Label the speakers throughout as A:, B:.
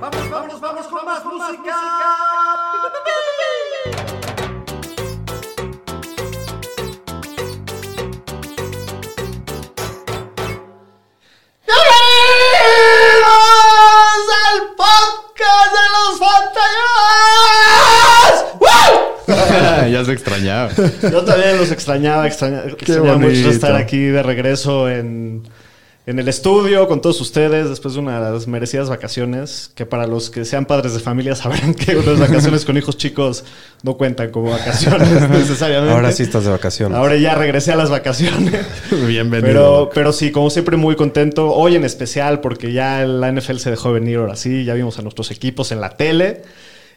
A: Vamos, vamos, vamos con más música.
B: ¡Bienvenidos al podcast de los fantasmas! ¡Woo!
C: ya se extrañaba.
B: Yo también los extrañaba, extraña- extrañaba mucho
C: bonito.
B: estar aquí de regreso en, en el estudio con todos ustedes después de unas merecidas vacaciones, que para los que sean padres de familia sabrán que unas vacaciones con hijos chicos no cuentan como vacaciones necesariamente.
D: Ahora sí estás de vacaciones.
B: Ahora ya regresé a las vacaciones.
C: Bienvenido.
B: Pero, pero sí, como siempre, muy contento. Hoy en especial, porque ya la NFL se dejó venir ahora sí. Ya vimos a nuestros equipos en la tele,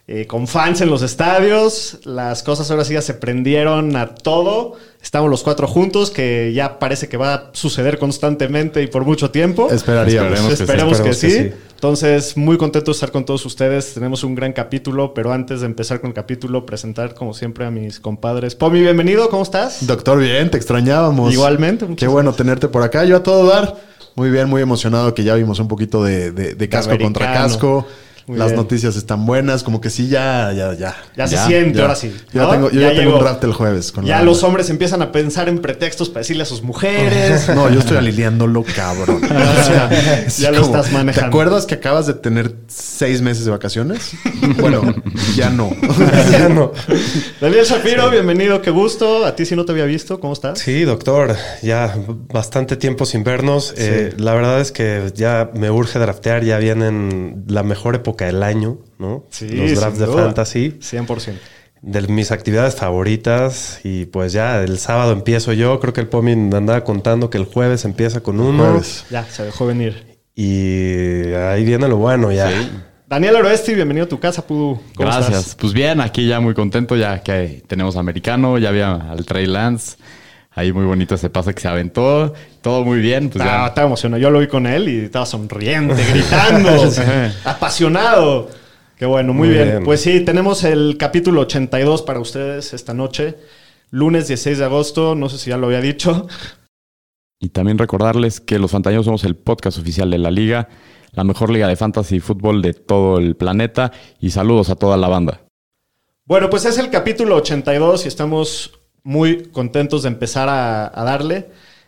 B: eh, con fans en los estadios. Las cosas ahora sí ya se prendieron a todo. Estamos los cuatro juntos, que ya parece que va a suceder constantemente y por mucho tiempo.
C: Esperaríamos.
B: Esperemos,
C: Esperemos que
B: que,
D: sí.
B: sí.
D: Esperemos que sí.
B: Entonces, muy contento de estar con todos ustedes. Tenemos un gran capítulo, pero antes de empezar con el capítulo, presentar como siempre a mis compadres. Pomi, bienvenido, ¿cómo estás?
C: Doctor, bien, te extrañábamos.
B: Igualmente, muchas
C: Qué bueno tenerte por acá. Yo a todo dar. Muy bien, muy emocionado que ya vimos un poquito de, de- de casco
B: Americano.
C: contra casco.
B: Muy
C: Las
B: bien.
C: noticias están buenas, como que sí, ya, ya, ya.
B: Ya se siente, ahora sí,
C: Yo
B: ¿no?
C: ya tengo, yo
B: Ya
C: ya tengo
B: llegó.
C: un draft el jueves. con
B: Ya
C: la-
B: los hombres empiezan a pensar en pretextos para decirle a sus mujeres.
C: No, yo estoy alineándolo, cabrón. O sea, es
B: Ya lo estás manejando.
C: ¿Te acuerdas que acabas de tener seis meses de vacaciones? Bueno, ya no.
D: Ya no.
B: Daniel Shapiro, bienvenido, qué gusto. A ti si no te había visto, ¿cómo estás?
D: Sí, doctor, ya bastante tiempo sin vernos. Eh, la verdad es que ya me urge draftear, ya vienen la mejor época del año, ¿no? Los drafts
B: sin
D: de
B: duda.
D: fantasy,
B: 100%.
D: de mis actividades favoritas. Y pues ya el sábado empiezo yo. Creo que el Pomi andaba contando que el jueves empieza con uno.
C: Jueves.
B: Ya, se dejó venir.
D: Y ahí viene lo bueno ya.
B: Daniel Oroesti, bienvenido a tu casa, Pudu. ¿Cómo
E: Gracias.
B: estás?
E: Pues bien, aquí ya muy contento, ya que tenemos americano, ya había al Trey Lance. Ahí muy bonito ese pase que se aventó. Todo muy bien. Pues
B: Ah,
E: ya.
B: estaba emocionado. Yo lo vi con él y estaba sonriente, gritando, apasionado. Qué bueno, muy,
D: Muy
B: bien.
D: bien.
B: Pues sí, tenemos el capítulo 82 para ustedes esta noche. Lunes 16 de agosto, no sé si ya lo había dicho.
E: Y también recordarles que Los Fantañeros somos el podcast oficial de la liga, la mejor liga de fantasy y fútbol de todo el planeta. Y saludos a toda la banda.
B: Bueno, pues es el capítulo 82 y estamos muy contentos de empezar a, a darle.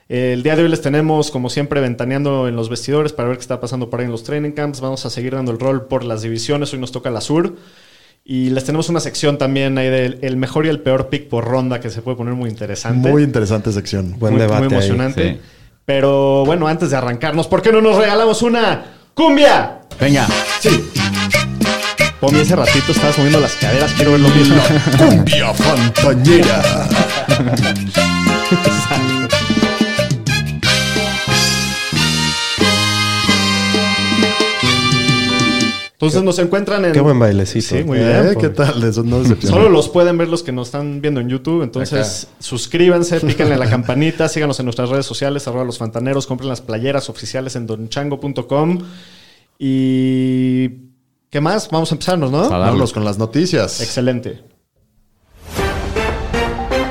B: Eh, El día de hoy les tenemos, como siempre, ventaneando en los vestidores para ver qué está pasando por ahí en los training camps. Vamos a seguir dando el rol por las divisiones. Hoy nos toca la sur. Y les tenemos una sección también ahí del el mejor y el peor pick por ronda que se puede poner muy interesante.
C: Muy interesante sección.
D: Buen
B: muy,
D: debate.
B: muy
D: ahí.
B: emocionante.
E: Sí.
B: Pero bueno, antes de arrancarnos, ¿por qué no nos regalamos una cumbia?
E: Venga,
B: Pomi, ese ratito estabas moviendo las caderas. Quiero ver lo mismo.
C: Cumbia Fantañera.
B: Entonces nos encuentran en...
D: Qué buen bailecito.
B: Sí, muy
C: Eh,
B: bien.
C: ¿Qué
B: pues.
C: tal? Eso no se
B: Solo los pueden ver los que nos están viendo en YouTube. Entonces, suscríbanse, pícanle a la campanita, síganos en nuestras redes sociales, arroba los fantaneros, compren las playeras oficiales en donchango.com. Y. ¿Qué más? Vamos a empezarnos,
E: A
B: ¿no?
E: darle.
C: Vámonos con las noticias.
B: Excelente.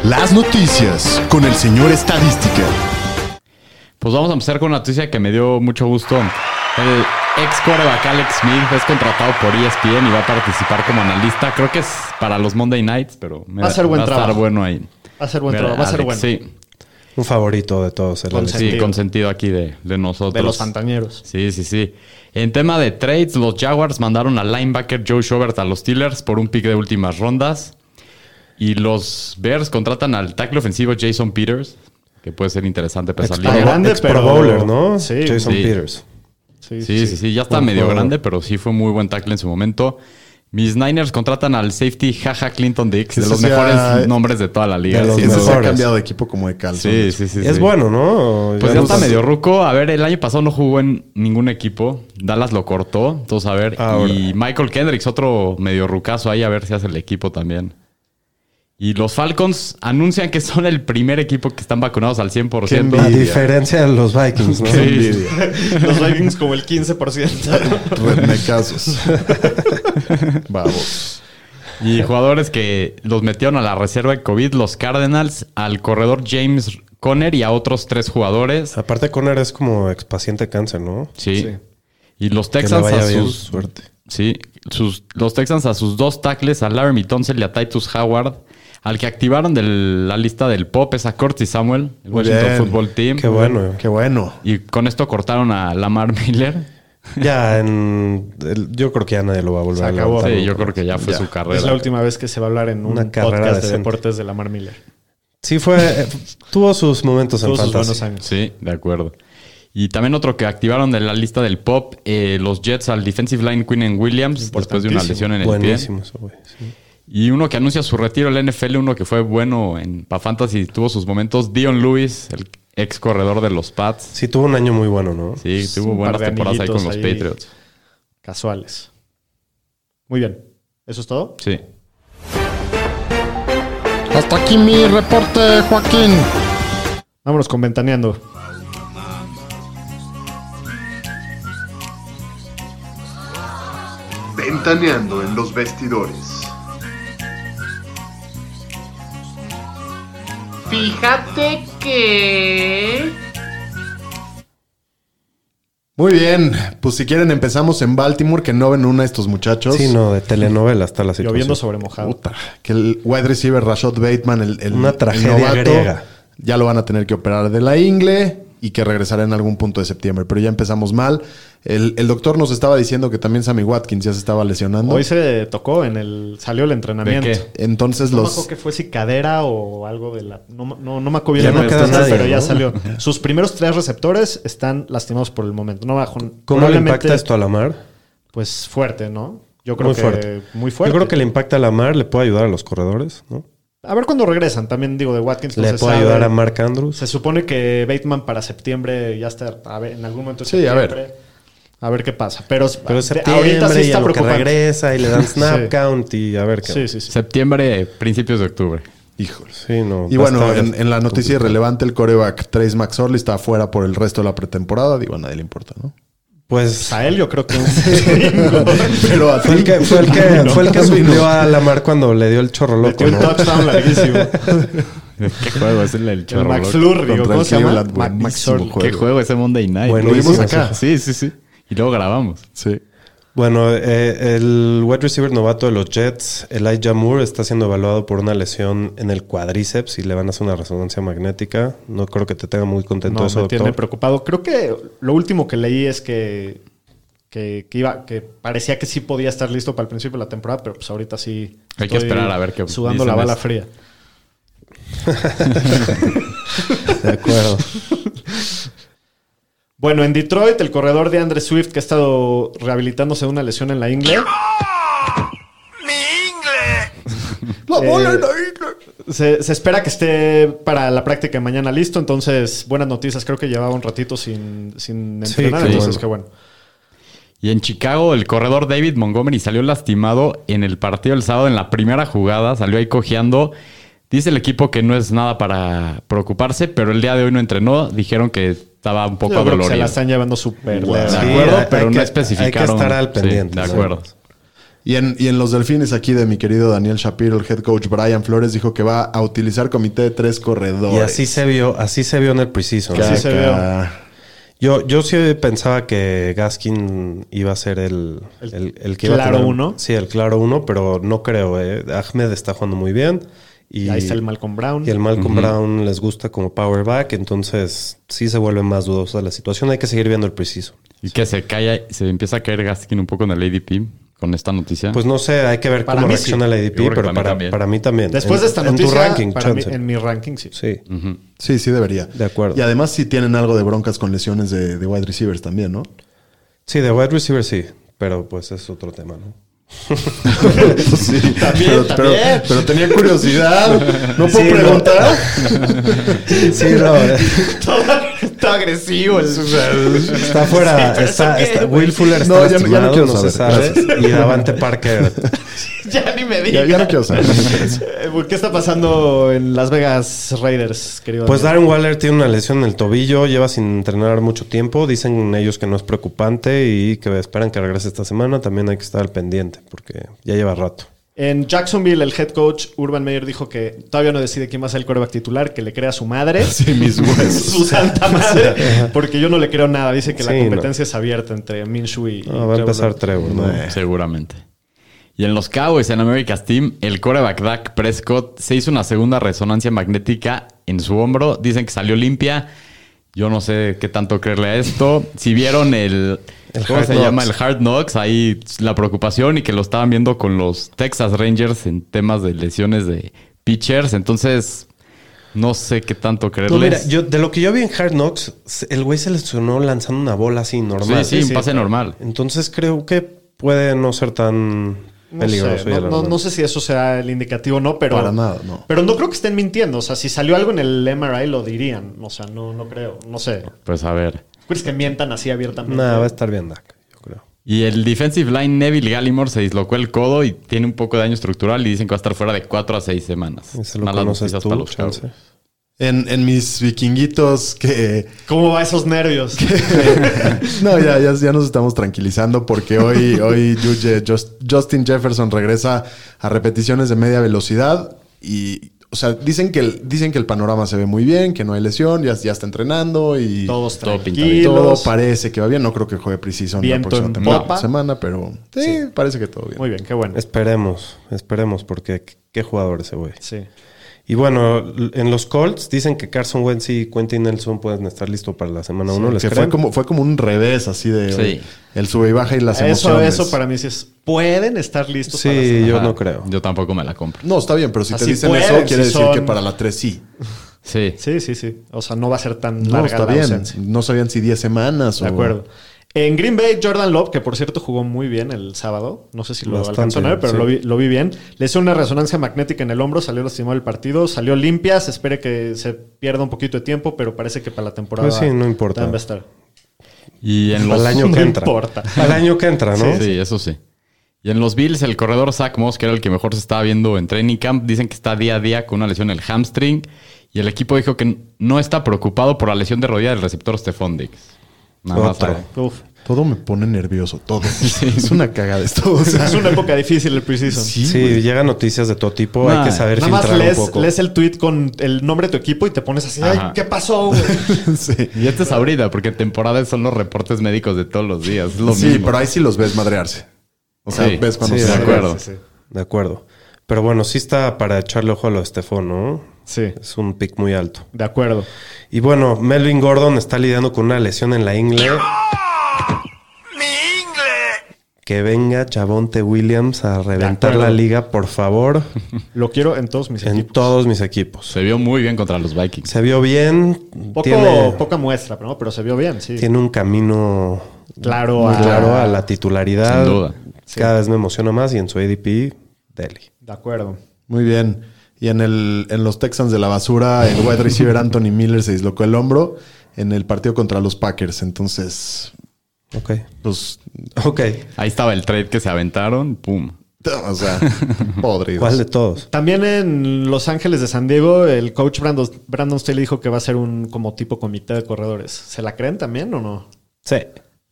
C: Las noticias con el señor Estadística.
E: Pues vamos a empezar con una noticia que me dio mucho gusto. El ex coreback Alex Smith es contratado por E ESPN y va a participar como analista. Creo que es para los Monday Nights, pero me
B: Va a ser buen
E: va a estar
B: trabajo.
E: bueno ahí.
B: Va a ser buen
E: Mira,
B: trabajo, va a ser bueno.
E: Alex, Sí,
D: Un favorito de todos. el
B: Con
D: Alex.
E: sí
B: Sentido.
E: con sentido aquí de, de nosotros.
B: De los fantaneros.
E: Sí, sí, sí. En tema de trades, los Jaguars mandaron al linebacker Joe Schobert a los Steelers por un pick de últimas rondas. Y los Bears contratan al tackle ofensivo Jason Peters, que puede ser interesante para esa
D: Ex-
B: Ah,
E: liga.
B: grande,
D: Ex Pro
B: pero-
D: Bowler, ¿no?
B: Sí.
D: Jason
E: Sí.
D: Peters.
B: Sí,
E: Sí, sí, sí, ya está
D: Buen
E: medio
D: jugador.
E: grande, pero sí fue muy buen tackle en su momento. Mis Niners contratan al safety Jaja Clinton Dix, de
C: Eso
E: los
C: sea-
E: mejores nombres de toda la liga.
D: de los
E: sin
C: Ese se ha
D: mejores.
C: cambiado de equipo como de calzón.
E: Sí, sí, sí.
D: es
E: sí.
D: bueno, ¿no?
E: Pues
D: Ya
E: ya
D: nos-
E: está medio ruco. A ver, el año pasado no jugó en ningún equipo. Dallas lo cortó. Entonces, a ver.
D: Ahora.
E: Y Michael Kendricks, otro medio rucazo ahí, a ver si hace el equipo también. Y los Falcons anuncian que son el primer equipo que están vacunados al 100%.
C: Qué envidia.
D: A diferencia de los Vikings, ¿no?
E: Sí.
B: Los Vikings como el 15%.
C: Rednecasos. Vamos.
E: Y jugadores que los metieron a la reserva de COVID, los Cardinals, al corredor James Conner y a otros tres jugadores.
D: Aparte, Conner es como expaciente de cáncer, ¿no?
E: Sí.
B: Sí.
E: Y los
D: Que le
E: Texans
D: vaya
E: a
D: bien,
E: sus.
D: Suerte.
E: Sí. Sus, los Texans a sus dos tackles, a Laramie Tunsil y a Titus Howard. Al que activaron de la lista del pop es a Curtis Samuel, el Washington
C: bien.
E: Football Team.
D: Qué bueno.
C: Qué bueno.
E: Y con esto cortaron a Lamar Miller.
D: Ya, en el- yo creo que ya nadie lo va a volver
B: Se
D: a
B: acabó.
D: levantar.
E: Sí, yo creo que ya fue su carrera.
B: Es la última vez que se va a hablar en un
D: Una carrera
B: podcast de
D: decente.
B: deportes de Lamar Miller.
D: Sí, fue. eh, tuvo sus momentos
B: Todos
D: en
B: sus
D: fantasy.
B: buenos años.
E: Sí, de acuerdo. Y también otro que activaron de la lista del pop, eh, los Jets al defensive line Quinn and Williams después de una lesión en el
D: Buenísimo eso, güey. sí.
E: pie. Y uno que anuncia su retiro al NFL, uno que fue bueno en Pa' Fantasy, tuvo sus momentos, Dion Lewis, el ex corredor de los Pats.
D: Sí, tuvo un año muy bueno, ¿no?
E: Sí, tuvo
B: Pues, un par
E: buenas
B: de
E: temporadas ahí con los
B: anillitos ahí.
E: Patriots.
B: Casuales. Muy bien. ¿Eso es todo?
E: Sí.
C: Hasta aquí mi reporte, Joaquín.
B: Vámonos con Ventaneando.
F: Ventaneando en los vestidores.
G: Fíjate que...
C: Muy bien. Pues si quieren, empezamos en Baltimore, que no ven una estos muchachos.
D: Sí, no, de telenovela hasta la situación.
B: Lloviendo sobre mojado.
C: Puta, que el wide receiver Rashad Bateman, el, el-
D: Una
C: el
D: tragedia griega.
C: ya lo van a tener que operar de la ingle y que regresará en algún punto de septiembre. Pero ya empezamos mal. El, el doctor nos estaba diciendo que también Sammy Watkins ya se estaba lesionando.
B: Hoy se tocó en el... Salió el entrenamiento.
E: ¿De qué?
C: Entonces
B: No me
C: los...
B: acuerdo que fue si cadera o algo de la... No, no, no me acuerdo bien
D: Ya
B: la
D: no queda
B: noticia,
D: nadie,
B: pero ya
D: ¿no?
B: salió. Sus primeros tres receptores están lastimados por el momento. No bajo.
D: ¿Cómo le
B: probablemente,
D: impacta esto a Lamar?
B: Pues fuerte, ¿no? Yo creo
D: Muy
B: que
D: fuerte.
B: muy fuerte.
D: Yo creo que le impacta a Lamar, le puede ayudar a los corredores, ¿no?
B: A ver cuándo regresan. También digo de Watkins. no
D: Le
B: se
D: puede
B: sabe.
D: ayudar a Mark Andrews.
B: Se supone que Bateman para septiembre ya está. A ver, en algún momento. de
C: Sí, a ver.
B: septiembre, A ver qué pasa. Pero,
D: Pero
B: de-
D: es septiembre y a lo que
B: preocupante.
D: regresa y le dan snap
B: Sí.
D: count y a ver qué.
B: Sí, sí, sí.
E: Septiembre, principios de octubre.
C: Híjole.
D: Sí, no.
C: Y
D: va a
C: bueno,
D: estar
C: en, en la noticia irrelevante, el coreback Trace McSorley está fuera por el resto de la pretemporada. Digo, a nadie le importa, ¿no?
D: Pues
B: A él yo creo que un gringo.
C: Pero a
D: fue el que, fue el que, fue el que suplió a Lamar cuando le dio el chorro loco,
B: Metió un
D: ¿no?
B: touchdown larguísimo.
E: ¿Qué juego es el del
B: El
E: chorro? loco?
B: McFlurry, ¿o
C: Contra
B: ¿cómo
C: el
B: se llama?
C: Cleveland,
B: Mac-
C: buenísimo
B: McSorley.
C: juego.
E: ¿Qué juego ese Monday Night?
D: Bueno,
E: Lo
D: vimos
C: acá.
E: Sí, sí, sí. Y luego grabamos.
C: Sí.
D: Bueno, eh, el wide receiver novato de los Jets, Elijah Moore, está siendo evaluado por una lesión en el cuádriceps y le van a hacer una resonancia magnética. No creo que te tenga muy contento
B: No,
D: eso,
B: me tiene
D: doctor.
B: preocupado. Creo que lo último que leí es que, que, que iba, que parecía que sí podía estar listo para el principio de la temporada, pero pues ahorita sí.
E: Hay que
B: estoy
E: esperar a ver qué
B: Sudando la
E: dicen
B: bala
E: esto.
B: fría.
D: De acuerdo.
B: Bueno, en Detroit, el corredor de Andre Swift, que ha estado rehabilitándose de una lesión en la ingle.
C: La
B: bola en la Eh, Se, se espera que esté para la práctica de mañana listo, entonces buenas noticias. Creo que llevaba un ratito sin, sin
D: Sí,
B: entrenar,
D: qué
B: entonces
D: bueno.
B: qué bueno.
E: Y en Chicago, el corredor David Montgomery salió lastimado en el partido del sábado en la primera jugada. Salió ahí cojeando. Dice el equipo que no es nada para preocuparse, pero el día de hoy no entrenó. Dijeron que estaba un poco
B: Yo creo que se la
E: dolorido.
B: están llevando súper
C: Wow.
B: leve.
E: De
D: Sí,
E: acuerdo,
D: hay-
E: pero
D: hay
E: no
D: que-
E: especificaron.
D: hay que estar al
E: Sí,
D: pendiente,
E: de
D: sí.
E: acuerdo.
C: Y en, y en los delfines aquí de mi querido Daniel Shapiro, el head coach Brian Flores dijo que va a utilizar comité de tres corredores.
D: Y así se vio, así se vio en el preseason.
B: Así se vio.
D: Yo, yo sí pensaba que Gaskin iba a ser el, el- el que iba a
B: claro
D: tener-
B: uno.
D: Sí, el claro uno, pero no creo. eh. Ahmed está jugando muy bien. Y,
B: Y ahí está el Malcolm Brown.
D: y el Malcolm Brown les gusta como power back, entonces sí se vuelve más dudosa la situación. Hay que seguir viendo el preciso.
E: Y que se cae, se empieza a caer Gaskin un poco en el ADP con esta noticia.
D: Pues no sé, hay que ver
B: Para
D: cómo
B: mí
D: reacciona
B: sí.
D: la
E: Ah. Yo creo
D: ADP,
E: que
D: pero
E: para mí
D: para,
E: también.
D: para mí también.
B: Después
D: En-
B: de esta
D: en tu
B: noticia,
D: ranking,
B: para mí-
D: chance.
B: en mi ranking sí.
D: Sí.
E: Mm.
C: Sí, sí debería.
D: De acuerdo.
C: Y además sí tienen algo de broncas con lesiones de, de wide receivers también, ¿no?
D: sí, de wide receiver sí, pero pues es otro tema, ¿no?
C: Pues sí. pero,
B: también.
C: pero- pero tenía curiosidad. No puedo
D: Sí, no.
C: preguntar.
D: Sí, no, eh,
B: Está agresivo.
D: está fuera. está, está- Will Fuller
C: No,
D: está
C: ya no- ya no
D: lastimado,
C: quiero
D: no se
C: saber.
D: sabe. Y Davante Parker
E: ya ni me
C: Ya,
E: digas.
C: ya no quiero saber. no me interesa.
B: Eh, ¿Qué está pasando en Las Vegas Raiders, querido?
D: Pues
B: Daniel?
D: Darren Waller tiene una lesión en el tobillo, lleva sin entrenar mucho tiempo. Dicen ellos que no es preocupante y que esperan que regrese esta semana. También hay que estar al pendiente porque ya lleva rato.
B: En Jacksonville, el head coach Urban Meyer dijo que todavía no decide quién va a ser el coreback titular, que le crea a su madre.
E: Sí, mis huesos.
B: Su santa madre, porque yo no le creo nada. Dice que la
D: Sí, no.
B: competencia es abierta entre Minshu y.
D: Ah, va a
B: Trevor
D: empezar
B: Lawrence.
D: Trevor, ¿no?
E: Seguramente. Y en los Cowboys en America's Team, el coreback Dak Prescott se hizo una segunda resonancia magnética en su hombro. Dicen que salió limpia. Yo no sé qué tanto creerle a esto. Si vieron el.
D: El
E: ¿Cómo
D: Hard
E: se
D: Knocks.
E: llama? El Hard Knocks. Ahí la preocupación y que lo estaban viendo con los Texas Rangers en temas de lesiones de pitchers. Entonces, no sé qué tanto
D: No, mira,
B: Pues-
E: creerles.
D: yo, de lo que yo vi en Hard Knocks, se- el güey se lesionó lanzando una bola así normal.
E: sí, sí, un pase normal.
D: Entonces creo que puede no ser tan
B: No
D: peligroso.
B: sé,
D: ya
B: no,
D: la
B: no-
D: verdad.
B: no sé si eso sea el indicativo o no, pero.
C: Para nada, no.
B: Pero no creo que estén mintiendo. O sea, si salió algo en el MRI, lo dirían. O sea, no, no creo. No sé.
E: Pues a ver.
B: ¿Crees que mientan así abiertamente?
D: Nah, va a estar bien Dak, yo creo.
E: Y el defensive line Neville Gallimore se dislocó el codo y tiene un poco de daño estructural y dicen que va a estar fuera de 4 a 6 semanas.
D: Ese lo
E: Malas
D: conoces
E: noticias
D: tú,
E: para los
D: chance.
E: Cowboys.
C: En, en mis vikinguitos que...
B: ¿Cómo va esos nervios?
C: No, ya, ya, ya nos estamos tranquilizando porque hoy, hoy Juge- Just- Justin Jefferson regresa a repeticiones de media velocidad y... O sea, dicen que, el, dicen que el panorama se ve muy bien, que no hay lesión, ya, ya está entrenando y...
B: Todos
E: Todo
C: Y
B: tranquilos.
E: pintadito.
C: todo parece que va bien. No creo que juegue preciso en la
B: Viento
C: próxima
B: en
C: temporada,
B: popa.
C: semana, pero sí, parece que todo bien.
B: Muy bien, qué bueno.
D: Esperemos, esperemos, porque qué- qué jugador ese güey.
B: Sí.
D: Y bueno, l- en los Colts dicen que Carson Wentz y Quentin Nelson pueden estar listos para la semana 1.
C: que fue como, fue como un revés así de
E: Sí.
C: el sube y baja y las
B: Eso,
C: emociones.
B: eso para mí sí es. Pueden estar listos para la
D: Sí, yo
E: Ajá,
D: no creo.
E: Yo tampoco me la compro.
C: No, está bien, pero si te
B: Así
C: dicen
B: pueden,
C: eso, quiere
B: si
C: decir
B: son-
C: que para la 3 sí.
E: Sí.
B: Sí, sí, sí. O sea, no va a ser tan
C: No,
B: larga
C: está
B: la
C: bien.
B: ausencia.
C: No sabían si 10 semanas
B: De
C: o...
B: acuerdo. En Green Bay, Jordan Love, que por cierto jugó muy bien el sábado, no sé si lo
D: Bastante,
B: alcanzó a ver, pero
D: sí.
B: lo, vi, lo vi bien. Le hizo una resonancia magnética en el hombro, salió lastimado del partido, salió limpia, se espera que se pierda un poquito de tiempo, pero parece que para la temporada
D: Pues sí, no importa.
B: también va a estar.
E: Y en
D: Para
E: los...
D: el año
B: No
D: que entra.
B: importa.
D: Para el año que entra, ¿no?
E: Sí, eso sí. Y en los Bills, el corredor Zach Moss, que era el que mejor se estaba viendo en training camp, dicen que está día a día con una lesión en el hamstring. Y el equipo dijo que no está preocupado por la lesión de rodilla del receptor Stephon Diggs. Nada más.
D: Otro.
E: ¿sabes?
B: Uf.
C: Todo me pone nervioso, todo. Es una cagada esto. o sea,
B: Es una época difícil el preseason.
D: Sí, llegan noticias de todo tipo,
E: Nah,
D: hay que saber
B: Nada más
D: filtrar
B: lees,
D: un poco.
B: lees el tweet con el nombre de tu equipo y te pones así, ay,
E: Ajá.
B: ¿qué pasó? güey?"
C: sí.
E: Y esta es ahorita, porque temporada son los reportes médicos de todos los días. Es lo
C: Sí,
E: mismo.
C: pero ahí sí los ves madrearse. O sea,
E: Sí.
C: ves cuando
D: Sí,
C: se
D: de
C: madrean.
E: acuerdo.
B: Sí, sí,
D: De acuerdo. Pero bueno, sí está para echarle ojo a lo de Estefón, ¿no?
B: sí. Sí,
D: Es un pick muy alto.
B: de acuerdo.
D: Y bueno, Melvin Gordon está lidiando con una lesión en la ingle.
A: ¡Mi ingle!
D: Que venga Chabonte Williams a reventar
B: acuerdo.
D: la liga, por favor,
B: Lo quiero en todos mis
D: en
B: equipos.
D: todos mis equipos.
E: Se vio muy bien contra los Vikings.
D: Se vio bien,
B: Poco,
D: tiene,
B: Poca muestra, ¿no? pero se vio bien, sí.
D: tiene un camino
B: Claro,
D: muy
B: a-
D: claro a la titularidad.
E: Sin duda.
D: Cada vez me emociona más y en su ADP, Delhi.
B: De acuerdo.
C: Muy bien. Y en, el, en los Texans de la basura, el wide receiver Anthony Miller se dislocó el hombro en el partido contra los Packers. Entonces,
D: Ok.
C: pues,
D: Ok.
E: Ahí estaba el trade que se aventaron. Pum.
C: o sea, podridos.
D: ¿Cuál de todos?
B: También en Los Ángeles de San Diego, el coach Brandon, Brandon Staley dijo que va a ser un como tipo comité de corredores. ¿Se la creen también o no?
D: Sí.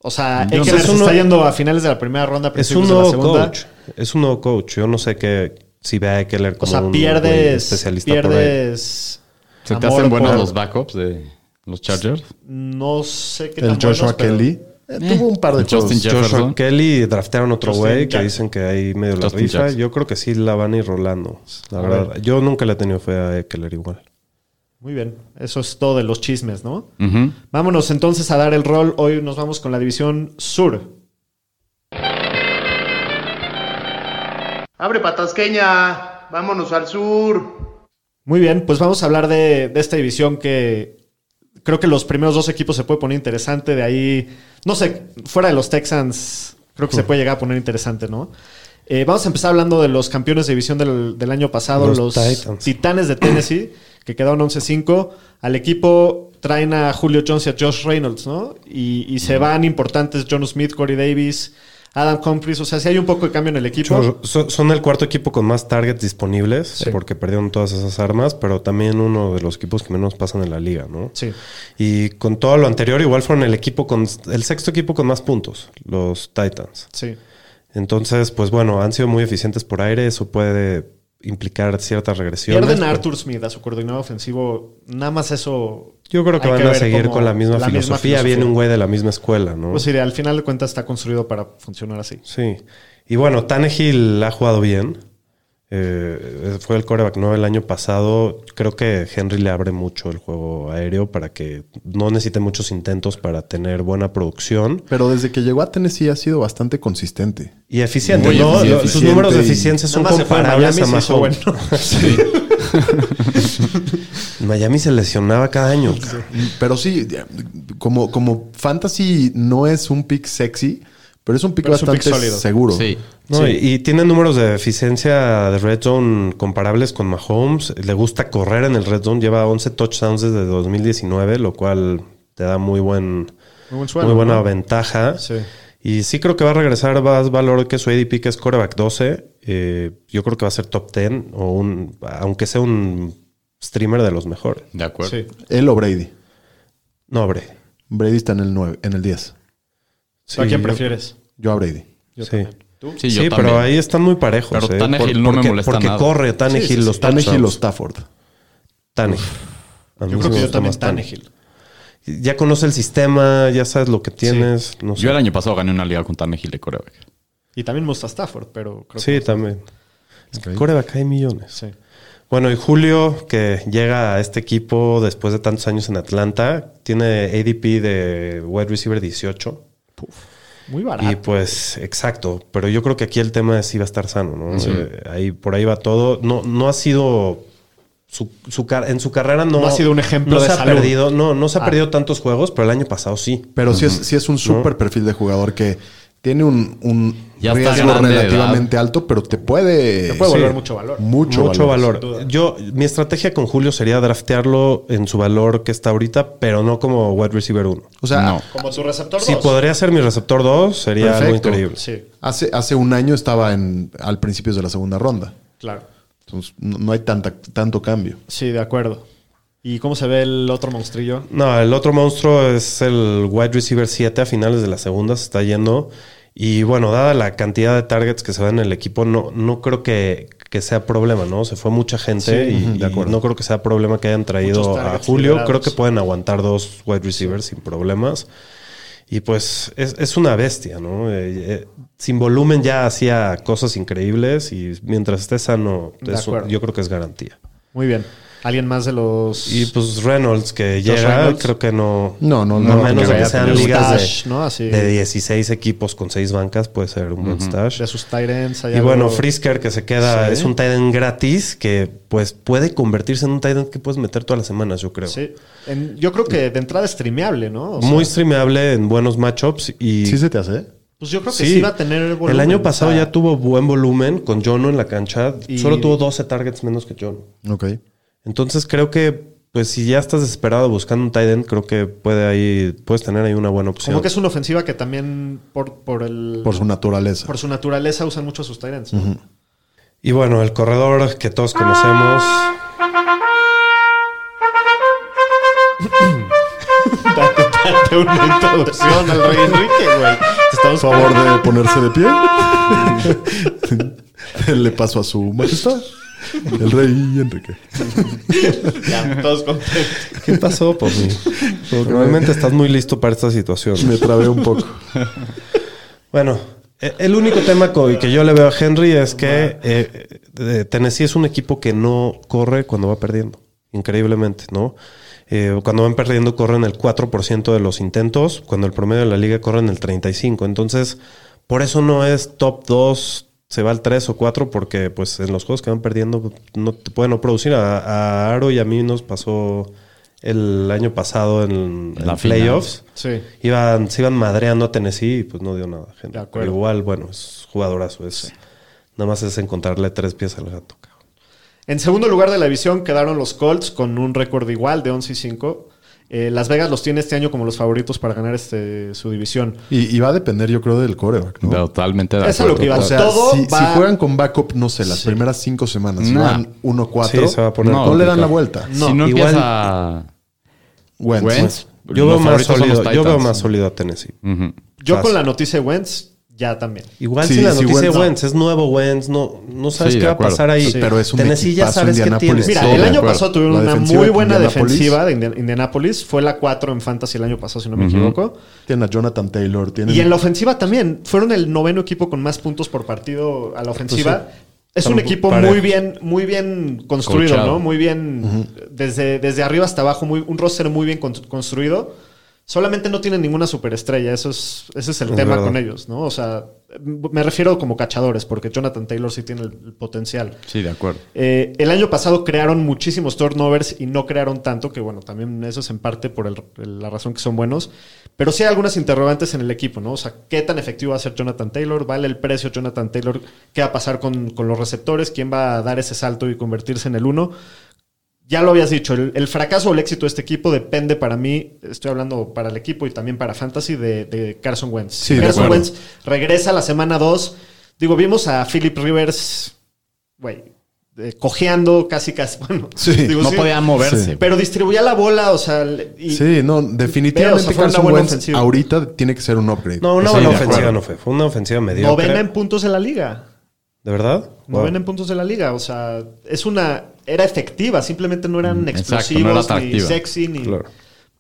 B: O sea,
D: Yo
B: Eckler
D: sé, es
B: se
D: un
B: está
D: nuevo-
B: yendo a finales de la primera ronda,
D: Es un
B: principios de la
D: nuevo
B: segunda.
D: coach. Es un nuevo coach. Yo no sé qué. Si ve a Keller
B: O
D: como
B: sea,
D: un güey
B: pierdes.
D: especialista por ahí.
B: Pierdes.
E: ¿Se te
B: amor
E: hacen buenos
B: por-
E: los backups de los Chargers?
B: No sé qué
C: El
B: tan buenos,
C: Joshua
B: pero-
C: Kelly. Eh, tuvo un par de
E: Justin
C: juegos.
E: Jefferson.
D: Joshua Kelly draftearon otro
B: Justin
D: güey que
B: Jackson.
D: dicen que ahí medio la
E: Justin
D: rifa.
E: Jackson.
D: Yo creo que sí la van a ir rolando. La
B: A
D: verdad. Yo nunca le he tenido fe a Keller igual.
B: Muy bien. Eso es todo de los chismes, ¿no?
E: Ujú.
B: Vámonos entonces a dar el rol. Hoy nos vamos con la división sur.
G: Abre patasqueña. Vámonos al sur.
B: Muy bien, pues vamos a hablar de, de esta división que creo que los primeros dos equipos se puede poner interesante. De ahí, no sé, fuera de los Texans, creo que se puede llegar a poner interesante, ¿no? Eh, vamos a empezar hablando de los campeones de división del, del año pasado, los,
D: Los Titans.
B: Titanes de Tennessee, que quedaron 11-5. Al equipo traen a Julio Jones y a Josh Reynolds, ¿no? Y, y se van importantes John Smith, Corey Davis, Adam Humphries. O sea, sí hay un poco de cambio en el equipo.
D: Chur- so- son el cuarto equipo con más targets disponibles porque perdieron todas esas armas, pero también uno de los equipos que menos pasan en la liga, ¿no?
B: Sí.
D: Y con todo lo anterior, igual fueron el equipo con el sexto equipo con más puntos, los Titans.
B: Sí.
D: Entonces, pues bueno, han sido muy eficientes por aire, eso puede implicar ciertas regresiones.
B: Pierden a
D: pero-
B: Arthur Smith, a su coordinador ofensivo. Nada más eso.
D: Yo creo que
B: hay
D: van a
B: ver
D: seguir
B: cómo-
D: con la misma filosofía. Viene un güey de la misma escuela, ¿no?
B: Pues sí, al final de cuentas está construido para funcionar así.
D: Sí. Y bueno, Tannehill ha jugado bien. Eh, fue el coreback nuevo el año pasado. Creo que Henry le abre mucho el juego aéreo para que no necesite muchos intentos para tener buena producción
C: Pero desde que llegó a Tennessee ha sido bastante consistente.
D: y eficiente.
E: Muy
D: ¿no?
E: eficiente.
D: Sus números de
C: Eficiente y-
D: eficiencia son
B: Nada más se fue a
D: comparables a
B: Miami, se hizo
D: Mahomes. Miami se lesionaba cada año. cabrón.
C: Pero sí, ya, como, como fantasy no es un pick sexy, pero es un pick
B: Pero es un
C: bastante
B: pick sólido.
C: seguro.
E: Sí.
D: No, y, y tiene números de eficiencia de red zone comparables con Mahomes. Le gusta correr en el red zone. Lleva 11 touchdowns desde 2019, lo cual te da muy buen,
B: Muy buen sueldo,
D: muy buena
B: ¿no?
D: ventaja.
B: Sí.
D: Y sí creo que va a regresar más valor que su ADP, que es coreback 12. Eh, yo creo que va a ser top 10, o un, aunque sea un streamer de los mejores.
E: De acuerdo.
B: Sí.
C: Él o Brady.
D: No, hombre.
C: Brady está en el 9, en el 10.
B: ¿Tú ¿A quién
D: yo-
B: prefieres?
C: yo a Brady.
B: Yo
D: sí.
B: también. ¿Tú?
E: Sí,
D: Sí,
E: yo también.
D: pero ahí están muy parejos.
E: Pero
D: eh,
E: Tannehill
D: por-
E: no me
D: porque-
E: molesta
D: Porque
E: nada.
D: corre Tannehill los
C: Tannehill o
D: touchdowns.
C: Stafford.
D: Tannehill. A mí
B: Yo creo
D: sí me
B: que yo
D: gusta
B: también
D: más
B: Tannehill.
D: Tannehill. Ya conoce el sistema, ya sabes lo que tienes. No sé.
E: Yo el año pasado gané una liga con Tannehill de coreback.
B: Y también Musta Stafford, pero creo
D: sí,
B: que.
D: también. Es que coreback hay millones.
B: Sí.
D: Bueno, y Julio, que llega a este equipo después de tantos años en Atlanta, tiene ADP de wide receiver 18.
B: Muy
D: Y
B: barato.
D: pues, exacto. Pero yo creo que aquí el tema es si va a estar sano, ¿no? Eh, ahí, por ahí va todo. No, no ha sido. Su, su car- en su carrera no,
B: No ha sido un ejemplo
D: no
B: de
D: se
B: salud.
D: Ha perdido, no, no se ha
B: Ah.
D: perdido tantos juegos, pero el año pasado sí.
C: Pero sí es, sí es un súper perfil de jugador que tiene un, un
E: Ya está
C: riesgo
E: grande de edad.
C: relativamente alto, pero te puede...
B: Te puede
D: sí.
B: volver mucho valor.
C: Mucho,
D: Mucho
C: valor.
D: valor. Yo, mi estrategia con Julio sería draftearlo en su valor que está ahorita, pero no como wide receiver 1.
C: O sea,
E: no.
B: Como tu receptor
D: Si
B: dos.
D: podría ser mi receptor 2, sería algo
C: Perfecto.
D: increíble.
B: Sí,
C: hace, hace un año estaba en, al principio de la segunda ronda.
B: claro.
C: Entonces, no, no hay tanta, tanto cambio.
B: Sí, de acuerdo. ¿Y cómo se ve el otro monstrillo?
D: No, el otro monstruo es el wide receiver 7 a finales de la segunda, se está yendo. Y bueno, dada la cantidad de targets que se dan en el equipo, no, no creo que, que sea problema, ¿no? Se fue mucha gente
C: Sí,
D: y,
C: ujú, de
D: y
C: acuerdo.
D: no creo que sea problema que hayan
B: Muchos
D: traído a
B: targets
D: Julio.
B: liberados.
D: Creo que pueden aguantar dos wide receivers sin problemas. Y pues es, es una bestia, ¿no? Eh, eh, sin volumen ya hacía cosas increíbles y mientras esté sano,
B: De
D: eso
B: acuerdo.
D: yo creo que es garantía.
B: Muy bien. ¿Alguien más de los.
D: Y pues Reynolds que
B: Josh
D: llega,
B: Reynolds.
D: creo que no.
C: No, no,
D: A
C: no,
D: menos
C: que
D: de que
C: vaya a
D: sean
C: tener
D: ligas
B: stash,
D: de,
B: ¿no? Así.
D: de 16 equipos con 6 bancas, puede ser un buen stash.
B: de sus Tyrants?
D: Y bueno, Frisker que se queda,
B: Sí.
D: es un Titan gratis que pues puede convertirse en un Titan que puedes meter todas las semanas, yo creo.
B: Sí. En- yo creo que de entrada es streameable, ¿no? O sea,
D: Muy streameable en buenos matchups y
C: ¿Sí se te hace?
B: Pues yo creo que
D: Sí.
B: sí iba a tener volumen.
D: el año pasado
B: o sea,
D: ya tuvo buen volumen con Jono en la cancha,
B: Y-
D: solo tuvo 12 targets menos que Jono.
C: Ok.
D: Entonces creo que pues si ya estás desesperado buscando un tight end, creo que puede ahí puedes tener ahí una buena opción.
B: Como que es una ofensiva que también por, por el.
C: Por su naturaleza.
B: por su naturaleza usan mucho a sus Tyrants. ¿no?
D: Y bueno, el corredor que todos conocemos.
B: Ah. Date- date una introducción al Rey Enrique, güey. Te Estamos
C: favor de ponerse de pie. Le paso a su majestad, el rey Enrique.
B: ya, todos contentos.
D: ¿Qué pasó, Poppy? Normalmente estás muy listo para esta situación.
C: Me trabé un poco.
D: Bueno, eh, el único tema co- que yo le veo a Henry es que eh, eh, Tennessee es un equipo que no corre cuando va perdiendo, increíblemente, ¿no? Eh, cuando van perdiendo corren el 4% de los intentos, cuando el promedio de la liga corren el 35%. Entonces, por eso no es top 2, se va al 3 o 4, porque pues en los juegos que van perdiendo no te pueden no producir. A, a Aro y a mí nos pasó el año pasado en,
E: En
D: en
E: la final.
D: playoffs.
B: Sí.
D: Iban, se iban madreando a Tennessee y pues no dio nada. Gente.
B: De acuerdo.
D: Pero igual, bueno, es jugadorazo. Es, Nada más es encontrarle tres pies al gato. cabrón.
B: En segundo lugar de la división quedaron los Colts con un récord igual de 11 y 5. Eh, Las Vegas los tiene este año como los favoritos para ganar este, su división.
C: Y, y va a depender, yo creo, del coreback, ¿no?
E: Totalmente de
B: Eso es lo
E: acuerdo.
B: que iba a
C: O sea,
B: Todo
C: si,
B: va-
C: si juegan con backup, no sé, las primeras cinco semanas, si
E: Nah.
C: van 1-4,
D: Sí, se va a poner
C: no, le dan la vuelta.
E: si no
D: igual-
E: empieza
C: Wentz.
E: Wentz,
D: Yo
E: los
D: veo, más
E: favoritos son los
D: sólido, yo
E: Titans.
D: veo más sólido a Tennessee.
E: Ujú.
B: Yo
D: Fácil.
B: con la noticia de Wentz, ya también.
D: Igual
C: Sí,
D: si la
C: sí,
D: noticia de
C: Wentz, no.
D: Wentz es nuevo Wentz, no, no sabes
E: Sí,
D: qué
E: de
D: va a
E: acuerdo.
D: pasar ahí.
C: Sí, pero es un
D: Tennessee ya
C: equipazo
D: sabes qué
C: Indianapolis.
D: tienes.
C: Estoy
B: Mira,
C: de
B: el año
E: acuerdo.
B: pasado tuvieron
C: La
B: una
C: defensiva
B: muy
C: de
B: buena
C: Indianapolis.
B: defensiva de Indi- Indianapolis. Fue la 4 en Fantasy el año pasado, si no me equivoco.
C: Tienen a Jonathan Taylor, tienen...
B: Y en la ofensiva también. Fueron el noveno equipo con más puntos por partido a la ofensiva. Es un
D: Están
B: equipo
D: parejos.
B: muy bien, muy bien construido,
E: Coachado.
B: ¿no? Muy bien, desde, desde arriba hasta abajo, muy, un roster muy bien con- construido. Solamente no tienen ninguna superestrella, eso es, ese es el
D: Es
B: tema
D: verdad.
B: con ellos, ¿no? O sea, me refiero como cachadores, porque Jonathan Taylor sí tiene el- el potencial.
E: Sí, de acuerdo.
B: Eh, el año pasado crearon muchísimos turnovers y no crearon tanto, que bueno, también eso es en parte por el- el- la razón que son buenos. Pero sí hay algunas interrogantes en el equipo, ¿no? O sea, ¿qué tan efectivo va a ser Jonathan Taylor? ¿Vale el precio Jonathan Taylor? ¿Qué va a pasar con, con los receptores? ¿Quién va a dar ese salto y convertirse en el uno? Ya lo habías dicho, el, el fracaso o el éxito de este equipo depende para mí, estoy hablando para el equipo y también para Fantasy, de, de Carson Wentz.
C: Sí, de
B: Carson
C: acuerdo.
B: Wentz regresa la semana 2. Digo, vimos a Philip Rivers, güey, eh, cojeando casi, casi. Bueno,
C: Sí,
B: digo,
E: No podía moverse.
C: Sí.
E: güey.
B: Pero distribuía la bola, o sea. le- y-
C: Sí, no,
B: Veo,
C: definitivamente
B: o sea, fue una
C: Carson
B: buena
C: Wentz
B: ofensiva.
C: ahorita tiene que ser un upgrade.
D: No, una
E: Sí,
D: buena
E: de
D: ofensiva
E: acuerdo.
D: no fue. Fue una ofensiva mediocre.
B: Novena en puntos de la liga.
D: ¿De verdad? Wow.
B: Novena en puntos de la liga. O sea, es una. Era efectiva, simplemente no eran
E: Mm, exacto,
B: explosivos,
E: no era
B: ni
E: atractiva.
B: sexy, ni.
D: Claro.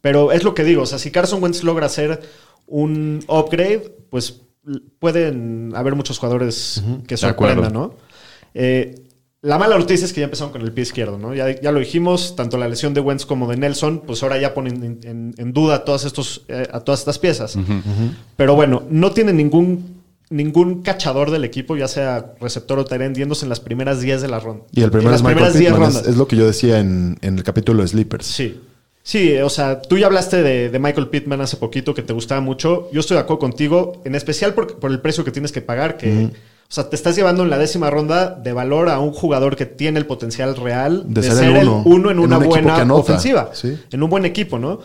B: Pero es lo que digo. O sea, si Carson Wentz logra hacer un upgrade, pues l- pueden haber muchos jugadores que sorprendan,
E: acuerdo.
B: ¿no? Eh, la mala noticia es que ya empezaron con el pie izquierdo, ¿no? Ya, ya lo dijimos, tanto la lesión de Wentz como de Nelson, pues ahora ya ponen en, en- en duda a todas, estos, eh, a todas estas piezas. Pero bueno, no tiene ningún, ningún cachador del equipo, ya sea receptor o Tyrant, yéndose en las primeras 10 de la ronda.
C: Y el
B: En
C: primero
B: las
C: es Michael
B: primeras 10
C: Pittman, es,
B: rondas.
C: es lo que yo decía en, en el capítulo de Sleepers.
B: Sí. Sí, o sea, tú ya hablaste de, de Michael Pittman hace poquito, que te gustaba mucho. Yo estoy de acuerdo contigo, en especial por, por el precio que tienes que pagar, que, o sea, te estás llevando en la décima ronda de valor a un jugador que tiene el potencial real
C: De ser el uno,
B: en
C: en
B: una
C: un equipo que
B: buena
C: anota,
B: ofensiva,
C: sí.
B: en un buen equipo, ¿no?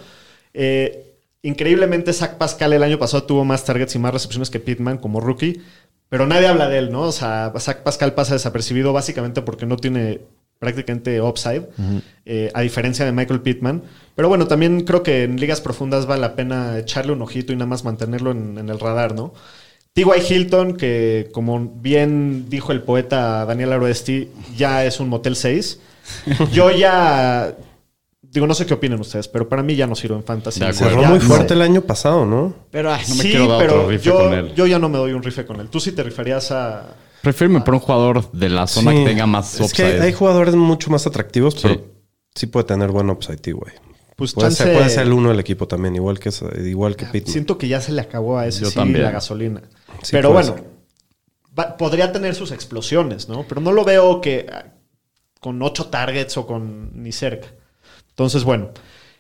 B: Eh, increíblemente, Zach Pascal el año pasado tuvo más targets y más recepciones que Pittman como rookie, pero nadie habla de él, ¿no? O sea, Zach Pascal pasa desapercibido básicamente porque no tiene prácticamente upside, eh, a diferencia de Michael Pittman. Pero bueno, también creo que en ligas profundas vale la pena echarle un ojito y nada más mantenerlo en, en el radar, ¿no? T.Y. Hilton, que como bien dijo el poeta Daniel Aroesti, ya es un Motel 6. Yo ya Digo, no sé qué opinan ustedes, pero para mí ya no sirve en fantasy.
E: De acuerdo.
D: Cerró
B: Ya,
D: muy
B: no.
D: fuerte el año pasado, ¿no?
E: Pero ay, no me
B: sí,
E: quiero dar
B: pero
E: otro rifle
B: yo,
E: con él.
B: yo ya no me doy un rife con él. Tú sí te rifarías a...
E: Prefiero por un jugador de la zona
D: Sí.
E: que tenga más
D: Es que hay,
E: upside.
D: hay jugadores mucho más atractivos,
E: Sí.
D: pero sí puede tener buen upside, T, güey.
B: Pues
D: Puede
B: chance-
D: ser, puede ser el uno del equipo también, igual que, esa- igual que Pittman.
B: Siento que ya se le acabó a ese
E: Yo
B: sí,
E: también.
B: la gasolina.
D: Sí,
B: pero
D: puede
B: bueno,
D: ser.
B: va- podría tener sus explosiones, ¿no? Pero no lo veo que ah, con ocho targets o con ni cerca. Entonces, bueno.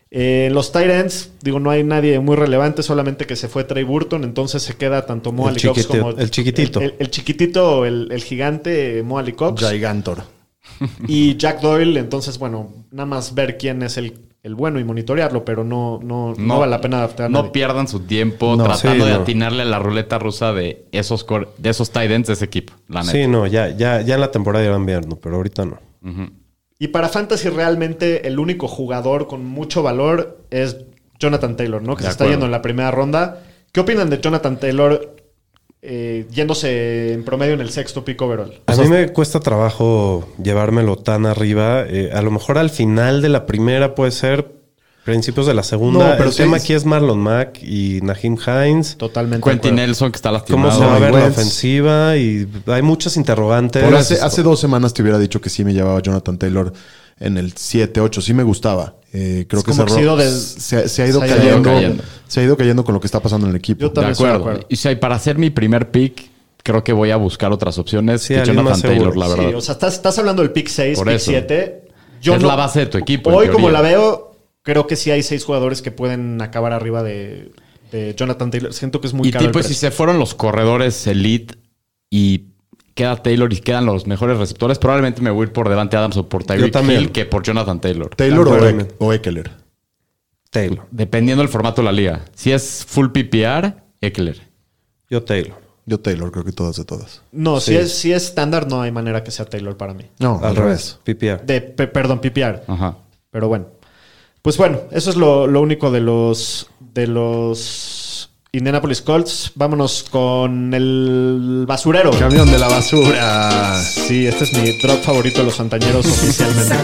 B: eh, los Tyrants, digo, no hay nadie muy relevante, solamente que se fue Trey Burton, entonces se queda tanto Mo
D: El
B: Ali Cox
D: chiquito-
B: como
D: el chiquitito.
B: El, el chiquitito, el, el gigante Mo Ali Cox.
C: Gigantor.
B: y Jack Doyle, entonces, bueno, nada más ver quién es el, el bueno y monitorearlo, pero no, no, no, vale la pena adaptar. a
E: No
B: nadie.
E: pierdan su tiempo
D: No,
E: tratando
D: sí,
E: de
D: no.
E: atinarle a la ruleta rusa de esos, cor- de esos tight ends de ese equipo, la neta.
D: Sí, no, ya, ya, ya en la temporada irán viendo, pero ahorita no.
B: Y para Fantasy, realmente el único jugador con mucho valor es Jonathan Taylor, ¿no? Que
E: De
B: se está
E: acuerdo.
B: yendo en la primera ronda. ¿Qué opinan de Jonathan Taylor eh, yéndose en promedio en el sexto pick overall?
D: A mí me cuesta trabajo llevármelo tan arriba. eh, a lo mejor al final de la primera puede ser principios de la segunda.
C: No, pero
D: el
C: sí
D: tema
C: es-
D: aquí es Marlon Mack y Nahim Hines.
B: Totalmente.
E: Quentin
B: de acuerdo.
E: Nelson, que está
D: ¿Cómo
E: lastimado.
D: se va a ver la
C: Wentz.
D: ofensiva? Y hay muchas interrogantes.
C: Por hace, hace dos semanas te hubiera dicho que sí me llevaba Jonathan Taylor en el 7, 8. Sí me gustaba. Eh, creo
B: Es
C: que,
B: como que
C: cerró-
B: se ha ido de-
C: se, se ha ido
B: se ha ido
C: cayendo,
E: cayendo.
C: Se ha ido cayendo con lo que está pasando en el equipo.
B: Yo
E: De
B: también estoy de
E: acuerdo.
B: acuerdo.
E: Y si hay- para hacer mi primer pick, creo que voy a buscar otras opciones
D: Sí,
E: que
D: alguien
E: Jonathan
D: más seguro.
E: Taylor, la verdad.
B: Sí, o sea, estás, estás hablando del pick 6,
E: Por
B: pick
E: eso.
B: 7.
E: Es la base de tu equipo, en
B: Hoy, como
E: teoría.
B: la veo, creo que sí hay seis jugadores que pueden acabar arriba de, de Jonathan Taylor. Siento que es muy
E: y
B: caro. el
E: tipo, si
B: precio.
E: se fueron los corredores elite y queda Taylor y quedan los mejores receptores, probablemente me voy a ir por delante Adams o por Tyreek
D: también.
E: Hill que por Jonathan Taylor.
C: Taylor o,
D: Claro,
C: Ek-
D: bueno.
C: o Ekeler.
D: Taylor.
E: Dependiendo del formato de la liga. Si es full PPR, Eckler.
D: Yo Taylor.
C: Yo Taylor, creo que todas de todas.
B: No, si
D: Sí.
B: es si es estándar, no hay manera que sea Taylor para mí.
C: No,
D: Al revés. PPR.
B: De, pe- perdón, PPR.
E: Ajá.
B: Pero bueno. Pues bueno, eso es lo, lo único de los de los Indianapolis Colts. Vámonos con el basurero.
C: Camión de la basura.
B: Sí, este es mi drop favorito de los santañeros oficialmente.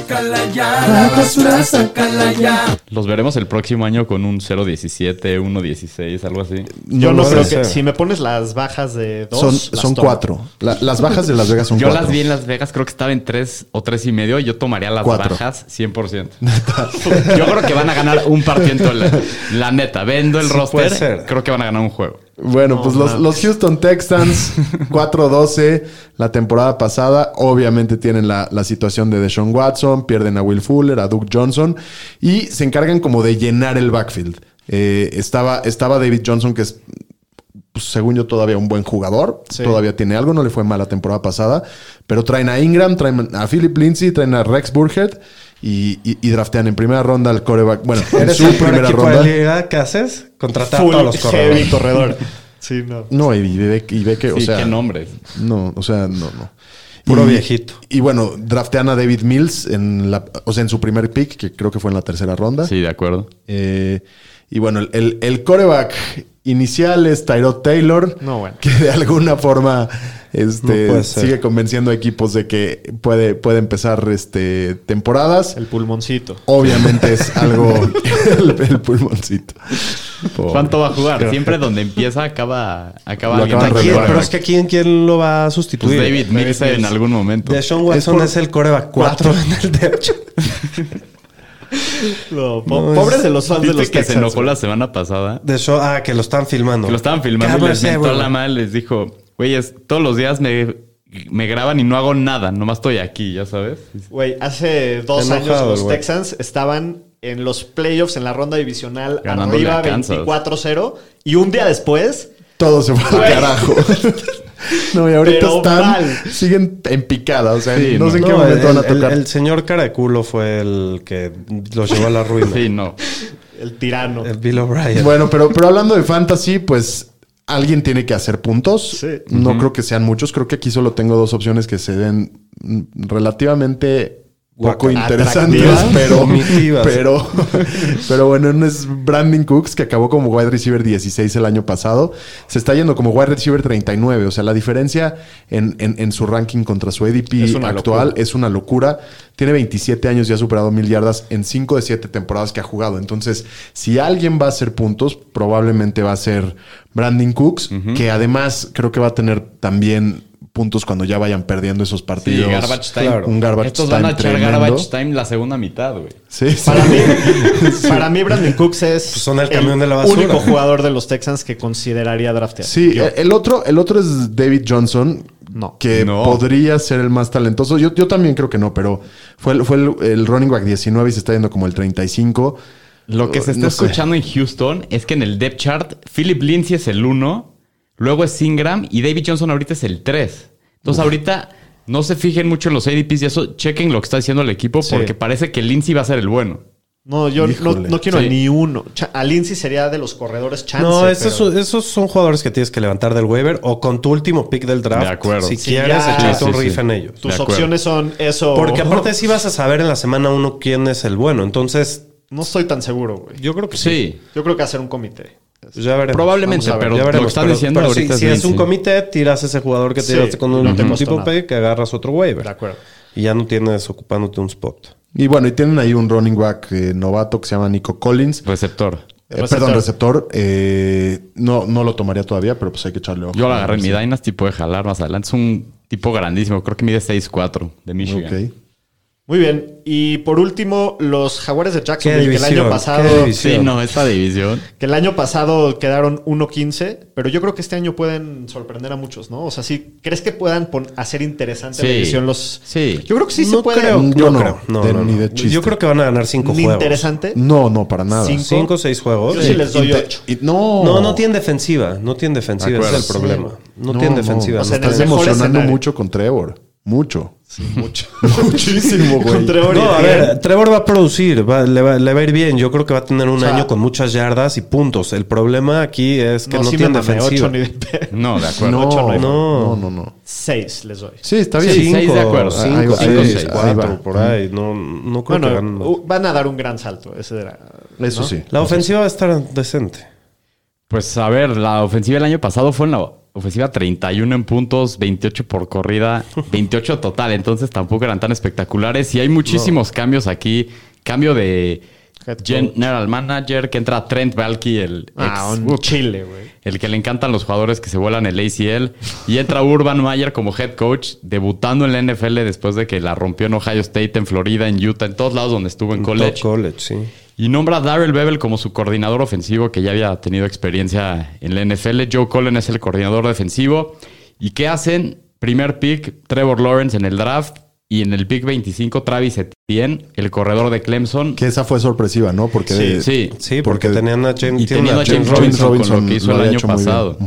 E: Los veremos el próximo año con un 0.17, 1.16, algo así.
B: Yo no
D: lo
B: creo
D: sé.
B: que si me pones las bajas de dos,
C: Son,
B: las
C: son
B: tomo.
C: cuatro. La- las bajas de Las Vegas son
E: Yo
C: cuatro.
E: las vi en Las Vegas, creo que estaba en 3 o 3 y medio. y Yo tomaría las
C: Cuatro.
E: bajas 100%. yo creo que van a ganar un partido. La, la neta, vendo el roster.
D: puede ser.
E: Creo que van a ganar un juego.
C: Bueno, pues los, los Houston Texans 4-12 la temporada pasada. Obviamente tienen la, la situación de Deshaun Watson, pierden a Will Fuller, a Duke Johnson y se encargan como de llenar el backfield. Eh, estaba, estaba David Johnson, que es, pues, según yo, todavía un buen jugador.
B: Sí.
C: Todavía tiene algo, no le fue mal la temporada pasada. Pero traen a Ingram, traen a Philip Lindsay, traen a Rex Burkhead y, y- y draftean en primera ronda al coreback. Bueno, en
D: ¿Eres
C: su
D: el peor
C: primera
D: equipo de
C: ronda.
D: liga que haces? Contratar a
B: Full
D: todos los
B: heavy
D: corredores.
B: corredor. Sí, no.
C: No, y, y ve, y ve que, o
E: Sí,
C: sea, ¿eh?
E: qué nombres.
C: No, o sea, no, no.
D: Puro viejito.
C: Y bueno, draftean a David Mills en la, o sea, en su primer pick, que creo que fue en la tercera ronda.
E: Sí, de acuerdo.
C: Eh, y bueno, el, el, el coreback inicial es Tyrod Taylor.
B: No, bueno.
C: Que de alguna forma este,
D: No puede ser.
C: sigue convenciendo a equipos de que puede, puede empezar este, temporadas.
B: El pulmoncito.
C: Obviamente es algo el, el pulmoncito. Pobre.
E: ¿Cuánto va a jugar? Siempre donde empieza acaba, acaba
C: Lo
E: alguien.
C: acaban
D: ¿A
C: de
D: quién?
C: renovar.
D: Pero es que ¿a quién, quién lo va a
E: Pues
D: sustituir?
E: David Mills en algún momento.
D: Deshaun Watson es, el coreback 4 en el derecho.
B: Lo- po-
D: No, es-
B: pobres de los fans de
E: ¿Viste
B: los
E: que se
B: Texans.
E: enojó la semana pasada?
D: Deshaun- ah, que lo están filmando.
E: Que lo estaban filmando y les
D: Cámara,
E: mentó
D: sí,
E: la
D: güey.
E: madre. Les dijo, güeyes, todos los días me, me graban y no hago nada. Nomás estoy aquí, ya sabes.
B: Güey, hace dos
D: Enojado,
B: años los
D: güey.
B: Texans estaban en los playoffs en la ronda divisional
E: Ganándole a
B: arriba
E: Kansas.
B: 24-0 y un día después
C: Todo se fue
B: Güey.
C: al carajo. No, y ahorita
B: Pero
C: están.
B: mal.
C: Siguen en picada. O sea,
E: Sí,
C: no,
E: no.
C: sé en qué
D: No,
C: momento
D: el,
C: van a
D: el-
C: tocar.
D: el señor Caraculo fue el que los llevó a la ruina.
E: Sí, no.
B: el tirano.
D: El Bill O'Brien.
C: Bueno, pero, pero hablando de fantasy, pues alguien tiene que hacer puntos.
B: Sí.
C: No creo que sean muchos. Creo que aquí solo tengo dos opciones que se den mm, relativamente poco
D: Guaca-
C: interesantes,
D: atractivas,
C: pero,
D: vomitivas.
C: pero, pero bueno, uno es Brandon Cooks, que acabó como wide receiver 16 el año pasado. Se está yendo como wide receiver 39. O sea, la diferencia en, en- en su ranking contra su ADP
B: Es una
C: actual
B: locura.
C: es una locura. Tiene 27 años y ha superado mil yardas en 5 de 7 temporadas que ha jugado. Entonces, si alguien va a hacer puntos, probablemente va a ser Brandon Cooks, que además creo que va a tener también puntos cuando ya vayan perdiendo esos
E: Sí,
C: partidos.
E: garbage time.
C: Un garbage
E: Estos
C: time
E: van a echar
C: tremendo.
E: garbage time la segunda mitad, güey.
C: Sí, sí.
B: Para mí, para mí Brandon Cooks es
D: Pues son el camión de la basura. eh,
B: único jugador de los Texans que consideraría draftear.
C: Sí,
B: Yo.
C: el- el otro, el otro es David Johnson,
B: No.
C: que
E: No.
C: podría ser el más talentoso. Yo, yo también creo que no, pero fue, el- fue el, el running back 19 y se está yendo como el 35.
E: Lo que se está
C: No sé.
E: escuchando en Houston es que en el depth chart, Philip Lindsay es el 1, luego es Ingram y David Johnson ahorita es el 3. Entonces ahorita no se fijen mucho en los ADPs y eso, chequen lo que está diciendo el equipo
B: Sí.
E: porque parece que Lindsay va a ser el bueno.
B: No, yo no,
C: Híjole.
B: no quiero
E: Sí.
B: a ni uno. Cha- A Lindsay sería de los corredores chance.
D: no, esos,
B: pero-
D: son- esos son jugadores que tienes que levantar del waiver o con tu último pick del draft.
E: De acuerdo.
D: Si
E: Sí,
D: quieres,
B: ya.
D: echarte
E: Sí,
D: un
E: sí,
D: riff
E: sí.
D: en ellos.
B: tus
E: acuerdo.
B: opciones son eso.
D: Porque aparte sí vas a saber en la semana uno quién es el bueno. Entonces,
B: no estoy tan seguro, güey.
D: yo creo que sí.
E: Sí.
B: Yo creo que hacer un comité.
D: Pues Ya veremos.
E: Probablemente,
D: Vamos a ver,
E: pero
D: ya
E: lo
D: veremos.
E: que están
D: Pero-
E: diciendo
D: pero
E: ahorita
D: sí,
E: es
D: Si es un
E: Lindsay.
D: comité, tiras ese jugador que
B: Sí,
D: tiraste con
B: no
D: un
B: te costó
D: tipo
B: nada.
D: pick, que agarras otro
B: De
D: waiver.
B: acuerdo.
D: Y ya no tienes ocupándote un spot.
C: Y bueno, y tienen ahí un running back eh, novato que se llama Nico Collins.
E: Receptor.
C: Eh,
B: Receptor.
C: perdón, receptor. Eh, no, no lo tomaría todavía, pero pues hay que echarle ojo.
E: Yo lo agarré en mi Dynasty, puede jalar más adelante. Es un tipo grandísimo, creo que mide 6'4 de Michigan.
C: Ok.
B: Muy bien. Y por último, los jaguares de
D: ¿Qué
B: Jacksonville, que el
D: división?
B: año
D: ¿Qué
B: pasado.
E: Sí,
D: división?
E: no, esta división.
B: Que el año pasado quedaron 1-15, pero yo creo que este año pueden sorprender a muchos, ¿no? O sea, sí, ¿crees que puedan pon- hacer interesante la
E: Sí.
B: división los.
E: Sí.
B: Yo creo que sí se
D: No
B: puede.
D: creo.
C: Yo no,
D: No,
C: de-
D: no,
C: ni
D: no.
C: de chiste.
D: Yo creo que van a ganar cinco
B: Ni
D: juegos.
B: interesante.
C: No, no, para nada.
B: Cinco.
D: Cinco o seis juegos.
B: Yo sí les doy
C: Inte-
B: ocho.
C: y- no.
D: No, no tienen defensiva. No tienen defensiva.
E: De
D: Ese
E: acuerdo.
D: es el problema. No,
C: No,
D: tienen
C: no.
D: defensiva.
B: O sea,
D: no
B: en el
C: Estás
D: tienen-
B: mejor
C: emocionando
B: escenario.
C: mucho con Trevor. Mucho. Mucho, muchísimo, güey.
B: Trevor y
D: Mm. No, a
B: Etienne.
D: ver, Trevor va a producir, va- le, va, le va a ir bien. Yo creo que va a tener un
B: O sea,
D: año con muchas yardas y puntos. El problema aquí es que no,
B: sí me
D: tiene
B: mamé,
D: defensiva.
B: ocho ni de-
E: No, de acuerdo.
C: No,
B: Ocho,
C: no,
B: no,
C: no, no, no.
B: Seis les doy.
C: Sí, está bien.
E: Sí, seis de acuerdo.
D: Cinco,
C: Ahí va,
D: seis,
C: ahí va, ahí va.
D: cuatro, por ahí. No, no creo que
B: Bueno,
D: ganen.
B: u- van a dar un gran salto. Ese era,
C: Eso
B: ¿no?
C: sí.
D: La ofensiva va a estar decente.
E: Pues a ver, la ofensiva del año pasado fue en la ofensiva 31 en puntos, 28 por corrida, 28 total. Entonces tampoco eran tan espectaculares. Y hay muchísimos cambios aquí. Cambio de
B: Head coach.
E: general manager que entra Trent Balky, el
B: Ah,
E: ex
B: un
E: Buc,
B: chile, güey.
E: el que le encantan los jugadores que se vuelan el ACL. Y entra Urban Mayer como head coach, debutando en la NFL después de que la rompió en Ohio State, en Florida, en Utah, en todos lados donde estuvo en college.
D: College, sí.
E: Y nombra a Darrell Bevel como su coordinador ofensivo, que ya había tenido experiencia en la NFL. Joe Cullen es el coordinador defensivo. ¿Y qué hacen? Primer pick, Trevor Lawrence en el draft. Y en el pick 25, Travis Etienne, el corredor de Clemson.
C: Que esa fue sorpresiva, ¿no? Porque
B: Sí,
E: Sí.
D: Sí, porque, tenían a James,
E: Y
D: tienen
E: teniendo a James
C: James
E: Robinson, con
C: Robinson
E: lo que hizo
C: lo
E: el
C: había
E: año
C: hecho muy bien.
E: pasado.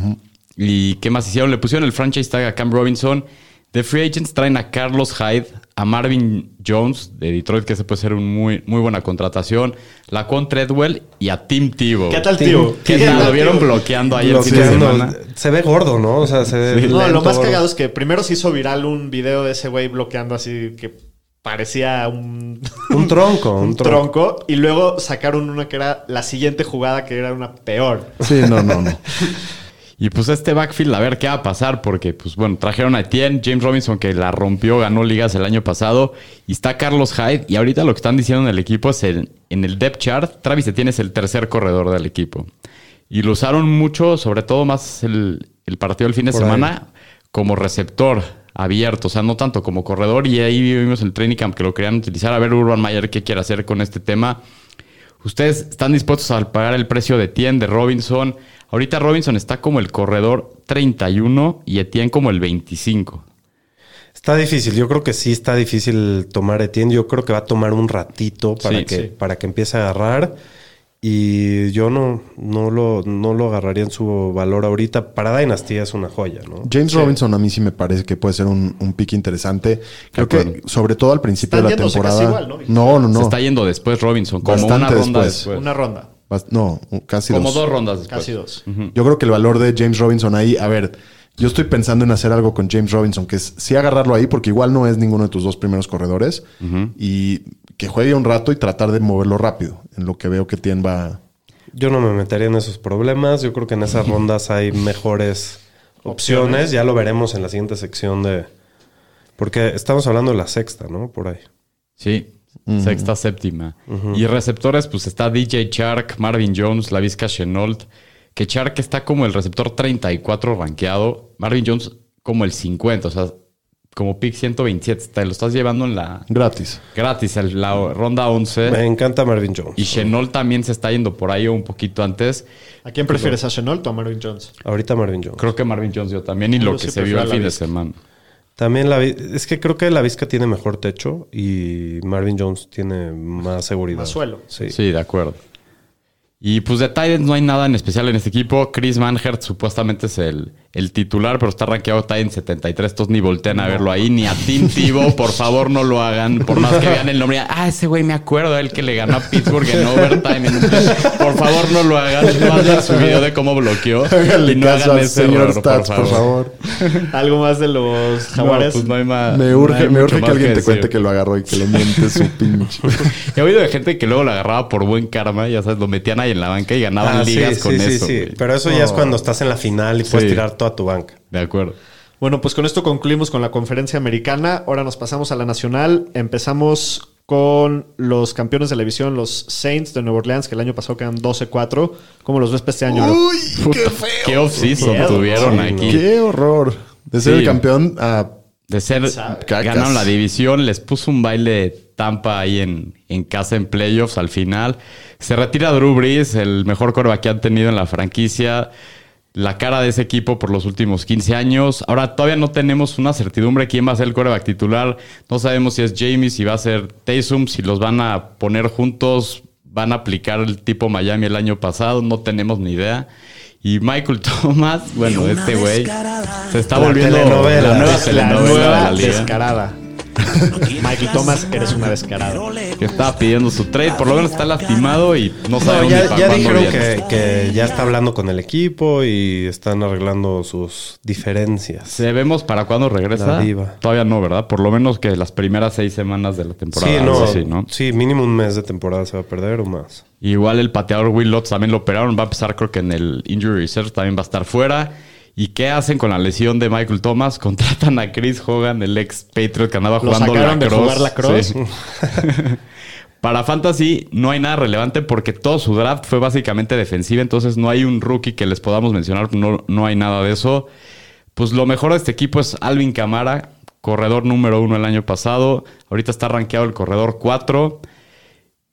E: ¿Y qué más hicieron? Le pusieron el franchise tag a Cam Robinson. The Free Agents traen a Carlos Hyde, a Marvin Jones de Detroit, que se puede ser una muy, muy buena contratación. Laquan Treadwell y a Tim Tebow.
B: ¿Qué tal, tío?
E: ¿Qué
B: ¿Qué
E: tal?
B: tal,
E: Lo vieron
B: tío?
E: bloqueando ahí el fin de
D: bloqueando.
E: semana.
D: Se ve gordo, ¿no? O sea, se ve.
B: No,
D: lento,
B: lo más
D: gordo.
B: cagado es que primero se hizo viral un video de ese güey bloqueando así que parecía un,
D: Un tronco,
B: un
D: un tronco.
B: tronco. Y luego sacaron una que era la siguiente jugada que era una peor.
C: Sí, no, no, no.
E: Y pues este backfield, a ver qué va a pasar, porque pues bueno, trajeron a Etienne, James Robinson que la rompió, ganó ligas el año pasado, y está Carlos Hyde, y ahorita lo que están diciendo en el equipo es el, en el depth chart, Travis Etienne es el tercer corredor del equipo. Y lo usaron mucho, sobre todo más el, el partido del fin de
D: Por
E: semana, como receptor abierto, o sea, no tanto como corredor, y ahí vimos el training camp que lo querían utilizar, a ver Urban Mayer qué quiere hacer con este tema. ¿Ustedes están dispuestos a pagar el precio de Etienne, de Robinson? Ahorita Robinson está como el corredor 31 y Etienne como el 25.
D: Está difícil, yo creo que sí está difícil tomar Etienne. Yo creo que va a tomar un ratito para,
E: Sí,
D: que,
E: sí.
D: para que empiece a agarrar. Y yo no, no, lo, no lo agarraría en su valor ahorita. Para Dynasty es una joya, ¿no?
C: James Robinson a mí sí me parece que puede ser un, un pick interesante. Creo
E: acuerdo.
C: que sobre todo al principio
B: Están
C: de la
B: yéndose
C: temporada.
B: casi igual, ¿no?
C: no, no, no.
E: Se está yendo después Robinson, como
C: Bastante
E: una ronda
C: después.
E: después.
B: Una ronda,
C: Bas- No, casi
E: como
C: dos.
E: dos rondas después.
B: casi dos.
C: Yo creo que el valor de James Robinson ahí, a ver, yo estoy pensando en hacer algo con James Robinson, que es sí agarrarlo ahí, porque igual no es ninguno de tus dos primeros corredores, y que juegue un rato y tratar de moverlo rápido, en lo que veo que Tien va...
D: Yo no me metería en esos problemas. Yo creo que en esas rondas hay mejores opciones. Ya lo veremos en la siguiente sección de... Porque estamos hablando de la sexta, ¿no? Por ahí.
E: Sí, sexta, séptima. Y receptores, pues está DJ Chark, Marvin Jones, La Vizca Chenault. Que Chark está como el receptor 34 rankeado. Marvin Jones como el 50, o sea, como pick 127. Te lo estás llevando en la
C: Gratis.
E: gratis, en la ronda 11.
D: Me encanta Marvin Jones.
E: Y Chenol también se está yendo por ahí un poquito antes.
B: ¿A quién prefieres, a Chenault o a Marvin Jones?
D: Ahorita Marvin Jones.
E: Creo que Marvin Jones dio también y lo
B: Yo
E: que
B: sí
E: se vio
B: prefiero
E: el
B: a la
E: fin de
B: Vizca.
E: semana.
D: También la vi- es que creo que la Vizca tiene mejor techo y Marvin Jones tiene más seguridad.
B: Más suelo.
D: Sí.
E: Sí, de acuerdo. Y pues de Titans no hay nada en especial en este equipo. Chris Manhert supuestamente es el, el titular, pero está rankeado Titan 73. Estos ni voltean a verlo ahí, ni a Tim Tebow. Por favor, no lo hagan. Por más que vean el nombre, ah, ese güey me acuerdo, el que le ganó a Pittsburgh en overtime. Por favor, no lo hagan. Manden su video de cómo bloqueó. y no hagan
C: al
E: ese error, por favor.
B: Algo más de los
E: No,
B: jaguares.
E: pues no hay más-
C: Me
E: no
C: urge,
E: hay
C: me urge
E: mucho
C: que
E: más
C: alguien te
E: decir.
C: cuente que lo agarró y que le miente su pinche.
E: He oído de gente que luego lo agarraba por buen karma, ya sabes, lo metían ahí en la banca y ganaban
D: Ah, sí,
E: ligas
D: sí,
E: con
D: sí,
E: eso.
D: sí.
E: güey.
D: Pero eso ya es cuando estás en la final y puedes
E: Sí.
D: tirar toda tu banca.
E: De acuerdo.
B: Bueno, pues con esto concluimos con la conferencia americana. Ahora nos pasamos a la nacional. Empezamos con los campeones de la división, los Saints de Nueva Orleans, que el año pasado quedan 12-4. ¿Cómo los ves para este año? bro?
E: qué feo. Qué off-season
B: Miedo,
E: tuvieron
B: ¿no?
E: aquí.
C: ¡Qué horror! De ser
E: Sí.
C: el campeón ah, a...
E: De ser,
C: Cacas.
E: ganaron la división, les puso un baile de Tampa ahí en, en casa en playoffs al final. Se retira Drew Brees, el mejor corva que han tenido en la franquicia. La cara de ese equipo por los últimos 15 años. Ahora todavía no tenemos una certidumbre quién va a ser el coreback titular. No sabemos si es Jamie, si va a ser Taysum, si los van a poner juntos, van a aplicar el tipo Miami el año pasado. No tenemos ni idea. Y Michael Thomas, bueno, este güey se está
D: La
E: volviendo
D: telenovela.
E: la nueva
D: Es la
E: telenovela de la
B: nueva
E: liga.
B: descarada. Michael Thomas, eres una descarada.
E: Que estaba pidiendo su trade. Por lo menos está lastimado y no
D: No,
E: sabemos ni
D: ya,
E: para
D: ya
E: cuándo
D: dijeron
E: viene.
D: que, que ya está hablando con el equipo y están arreglando sus diferencias.
E: Se vemos para cuándo regresa.
D: La diva.
E: Todavía no, ¿verdad? Por lo menos que las primeras seis semanas de la temporada.
D: Sí,
E: algo
D: no,
E: así, ¿no?
D: sí, mínimo un mes de temporada se va a perder o más.
E: Igual el pateador Will Lutz también lo operaron. Va a empezar, creo que en el Injury Reserve también va a estar fuera. ¿Y qué hacen con la lesión de Michael Thomas? Contratan a Chris Hogan, el ex Patriot que andaba
B: Lo
E: jugando
B: sacaron de
E: lacrosse.
B: jugar lacrosse.
E: Sí. Para Fantasy no hay nada relevante porque todo su draft fue básicamente defensiva, entonces no hay un rookie que les podamos mencionar, no, no hay nada de eso. Pues lo mejor de este equipo es Alvin Camara, corredor número uno el año pasado, ahorita está rankeado el corredor 4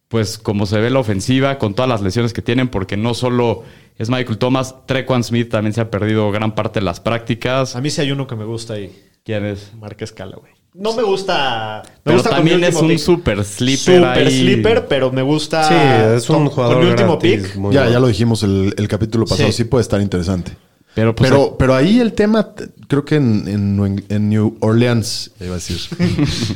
E: pues como se ve la ofensiva, con todas las lesiones que tienen, porque no solo es Michael Thomas, Trequan Smith también se ha perdido gran parte de las prácticas.
B: A mí sí hay uno que me gusta ahí.
E: ¿Quién es?
B: Márquez Callaway. No me gusta. Me
E: Pero
B: gusta con
E: también
B: mi
E: es
B: último
E: un
B: pick.
E: super sleeper
B: Super
E: ahí.
B: sleeper, pero me gusta.
D: Sí, es un
B: Ah, con-
D: jugador
B: Con mi último
D: gratis,
B: pick.
D: muy
C: ya,
D: bueno.
C: ya lo dijimos el, el capítulo pasado,
B: Sí.
C: sí. puede estar interesante.
E: Pero, pues,
C: pero, pero ahí el tema, t- creo que en, en New- en New Orleans, iba a decir,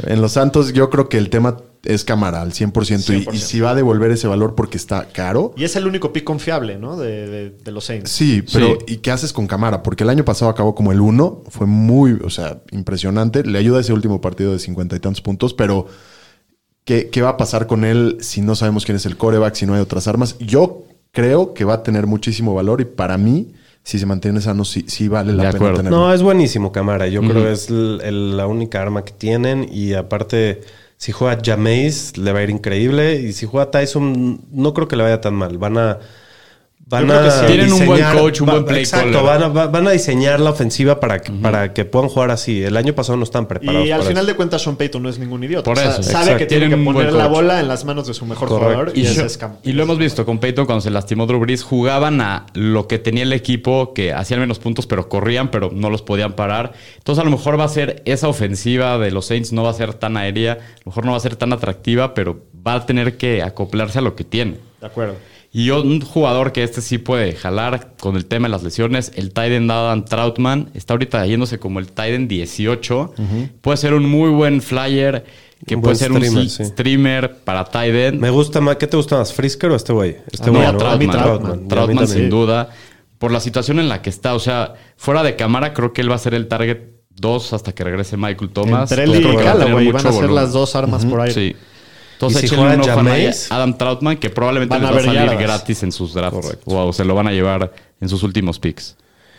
C: en Los Santos, yo creo que el tema es cámara al 100%, Y, y si va a devolver ese valor porque está caro.
B: Y es el único pick confiable, ¿no? De, de- de los Saints.
C: Sí, pero ¿y
E: Sí.
C: qué haces con Camara? Porque el año pasado acabó como el 1, fue muy, o sea, impresionante. Le ayuda ese último partido de cincuenta y tantos puntos, pero ¿qué, qué va a pasar con él si no sabemos quién es el coreback, si no hay otras armas? Yo creo que va a tener muchísimo valor y para mí, si se mantiene sano, sí, sí vale la
E: De
C: pena
E: acuerdo.
C: tenerlo.
D: No, es buenísimo, Camara. Yo creo que es l- el- la única arma que tienen. Y aparte, si juega Jameis, le va a ir increíble. Y si juega Tyson, no creo que le vaya tan mal. Van a. Van
B: Yo creo que
D: a
B: sí.
E: Tienen un buen
D: diseñar-
E: coach, un
D: va-
E: buen play
D: Exacto,
E: caller.
D: van a, va- van a diseñar la ofensiva para que, para que puedan jugar así. El año pasado no
B: Y
D: están preparados.
B: al
D: para
B: final
D: eso.
B: de cuentas, Sean Payton no es ningún idiota.
E: Por
B: O sea,
E: eso,
B: sabe
E: exacto.
B: que tiene que
E: Tienen un
B: poner
E: buen
B: la
E: coach.
B: bola en las manos de su mejor
D: Correcto.
B: jugador y,
E: y,
B: ese
E: yo-
B: es campeón.
E: y lo hemos visto con Peyton cuando se lastimó Drew Brees, jugaban a lo que tenía el equipo, que hacían menos puntos, pero corrían, pero no los podían parar. Entonces a lo mejor va a ser esa ofensiva de los Saints, no va a ser tan aérea, a lo mejor no va a ser tan atractiva, pero va a tener que acoplarse a lo que tiene.
B: De acuerdo.
E: Y un jugador que este sí puede jalar con el tema de las lesiones, el Tyden Adam Troutman, está ahorita yéndose como el Tyden 18. Puede ser un muy buen flyer, que
D: Un
E: puede
D: buen
E: ser un
D: streamer,
E: sl-
D: sí.
E: streamer para Tyden.
D: Me gusta más. ¿Qué te gusta más, Frisker o este güey? Este
E: No,
D: güey,
E: a Troutman.
D: Troutman. Y a mí
E: Troutman,
D: también.
E: sin duda. Por la situación en la que está, o sea, fuera de cámara, creo que él va a ser el target 2 hasta que regrese Michael Thomas.
B: Entre él
E: Entonces,
B: y
E: creo que va a tener
B: Callaway
E: mucho
B: van a ser
E: volumen.
B: las dos armas por ahí.
E: Sí. Entonces,
D: ¿Y si
E: échenle
D: juega
E: un ojo a
D: Jameis?
E: Adam Troutman, que probablemente
B: Van
E: les
B: a
E: va a
B: haber
E: salir
B: yardas.
E: gratis en sus drafts. O se lo van a llevar en sus últimos picks.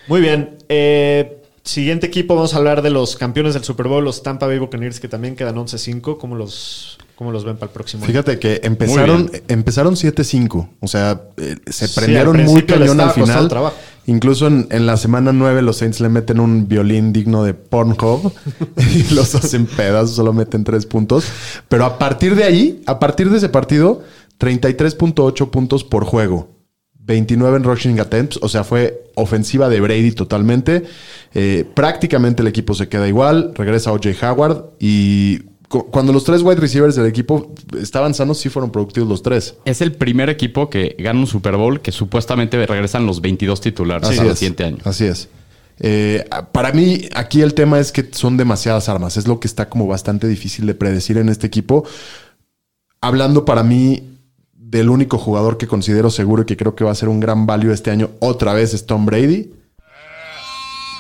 B: Muy bien. eh, siguiente equipo, vamos a hablar de los campeones del Super Bowl, los Tampa Bay Buccaneers, que también quedan 11-5. ¿Cómo los, ¿Cómo los ven para el próximo año?
C: Fíjate que
E: Muy
C: empezaron,
E: bien.
C: empezaron 7-5. O sea, eh, se
B: Sí,
C: prendieron
B: al
C: muy
B: principio le
C: cañón
B: estaba
C: al final.
B: costando trabajo.
C: Incluso en, en la semana 9 los Saints le meten un violín digno de Pornhub y los hacen pedazos, solo meten tres puntos. Pero a partir de ahí, a partir de ese partido, 33.8 puntos por juego. 29 en rushing attempts, o sea, fue ofensiva de Brady totalmente. Eh, prácticamente el equipo se queda igual, regresa OJ Howard y cu- cuando los tres wide receivers del equipo estaban sanos, sí fueron productivos los tres.
E: Es el primer equipo que gana un Super Bowl que supuestamente regresan los 22 titulares
C: Así
E: al
C: es.
E: siguiente año.
C: Así es. Eh, a- para mí, aquí el tema es que son demasiadas armas. Es lo que está como bastante difícil de predecir en este equipo. Hablando para mí del único jugador que considero seguro y que creo que va a ser un gran value este año, otra vez es Tom Brady.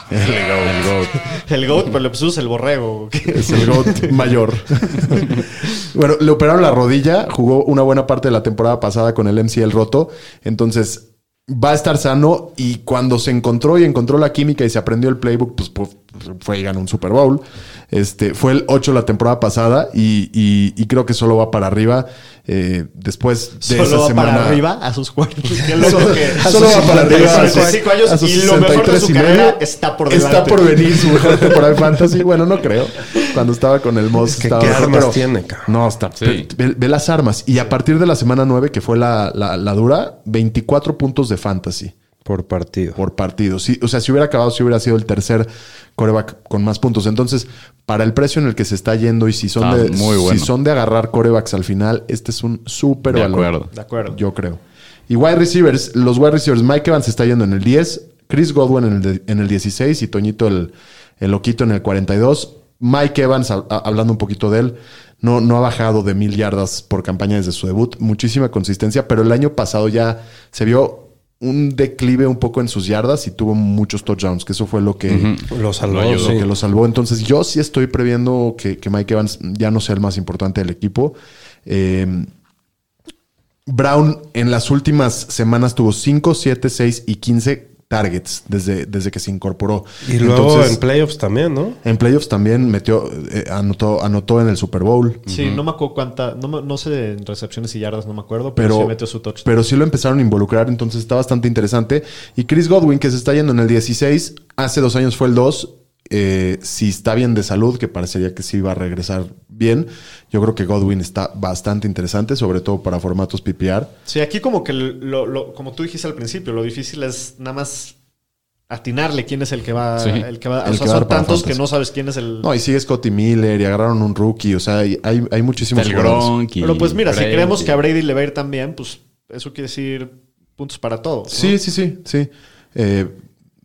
E: El GOAT.
B: El GOAT, pero le puso el borrego.
C: Es el GOAT mayor. bueno, le operaron la rodilla, jugó una buena parte de la temporada pasada con el MCL roto, entonces va a estar sano y cuando se encontró y encontró la química y se aprendió el playbook, pues, pu- fue y ganó un Super Bowl. Este, fue el 8 la temporada pasada y, y- y creo que solo va para arriba eh, después de
B: Solo
C: esa
B: va
C: semana.
B: para arriba a sus cuartos. Qué loco
C: Solo,
B: que-
C: solo va para arriba.
B: A
C: a
B: sus 65 años
C: a sus
B: y lo mejor de
C: 63
B: su
C: y
B: carrera
C: medio.
B: está por delante.
C: Está por venir su mejor temporada de fantasy. Bueno, no creo. Cuando estaba con el Moss.
D: ¿Qué-
C: estaba
D: qué
C: mejor,
D: armas tiene, cabrón?
C: No, está.
E: Sí.
C: Ve, ve las armas. Y a partir de la semana 9, que fue la, la- la dura, 24 puntos de fantasy
D: Por partido.
C: por partido. Sí, o sea, si hubiera acabado, si hubiera sido el tercer coreback con más puntos. Entonces, para el precio en el que se está yendo y si son,
E: Ah,
C: de,
E: muy bueno.
C: si son de agarrar corebacks al final, este es un súper
E: De
C: valor.
E: acuerdo.
B: De acuerdo.
C: Yo creo. Y wide receivers, los wide receivers, Mike Evans está yendo en el 10, Chris Godwin en el, de- en el 16 y Toñito el, el loquito en el 42. Mike Evans, hab- a- hablando un poquito de él, no, no ha bajado de mil yardas por campaña desde su debut. Muchísima consistencia, pero el año pasado ya se vio un declive un poco en sus yardas y tuvo muchos touchdowns, que eso fue lo que,
D: Lo salvó,
C: lo
D: Oh, sí.
C: que lo salvó. Entonces, yo sí estoy previendo que, que Mike Evans ya no sea el más importante del equipo. Eh, Brown en las últimas semanas tuvo 5, 7, 6 y 15 targets desde, desde que se incorporó.
D: Y luego
C: Entonces,
D: en playoffs también, ¿no?
C: en playoffs también metió, eh, anotó, anotó en el Super Bowl.
B: Sí, no me acuerdo cuánta, no, me- no sé en recepciones y yardas, no me acuerdo, pero,
C: Pero,
B: sí metió su touchdown.
C: pero sí lo empezaron a involucrar, entonces está bastante interesante. Y Chris Godwin, que se está yendo en el 16, hace dos años fue el 2. eh, si está bien de salud, que parecería que sí va a regresar bien, yo creo que Godwin está bastante interesante, sobre todo para formatos PPR.
B: Sí, aquí como que lo, lo- como tú dijiste al principio, lo difícil es nada más atinarle quién es el que va,
E: Sí.
B: el que va, o
C: El
B: sea,
C: que va a dar
B: son
C: para
B: tantos que
C: fantasy.
B: no sabes quién es el.
C: No, y sigue Scotty Miller y agarraron un rookie. O sea, hay, hay- hay
E: Está
C: muchísimos
E: el
C: jugadores.
E: Gronk y
B: pero pues mira, si
E: Brady.
B: creemos que a Brady le va a ir tan bien, pues eso quiere decir puntos para todos. ¿no?
C: Sí, sí, sí, sí. Eh,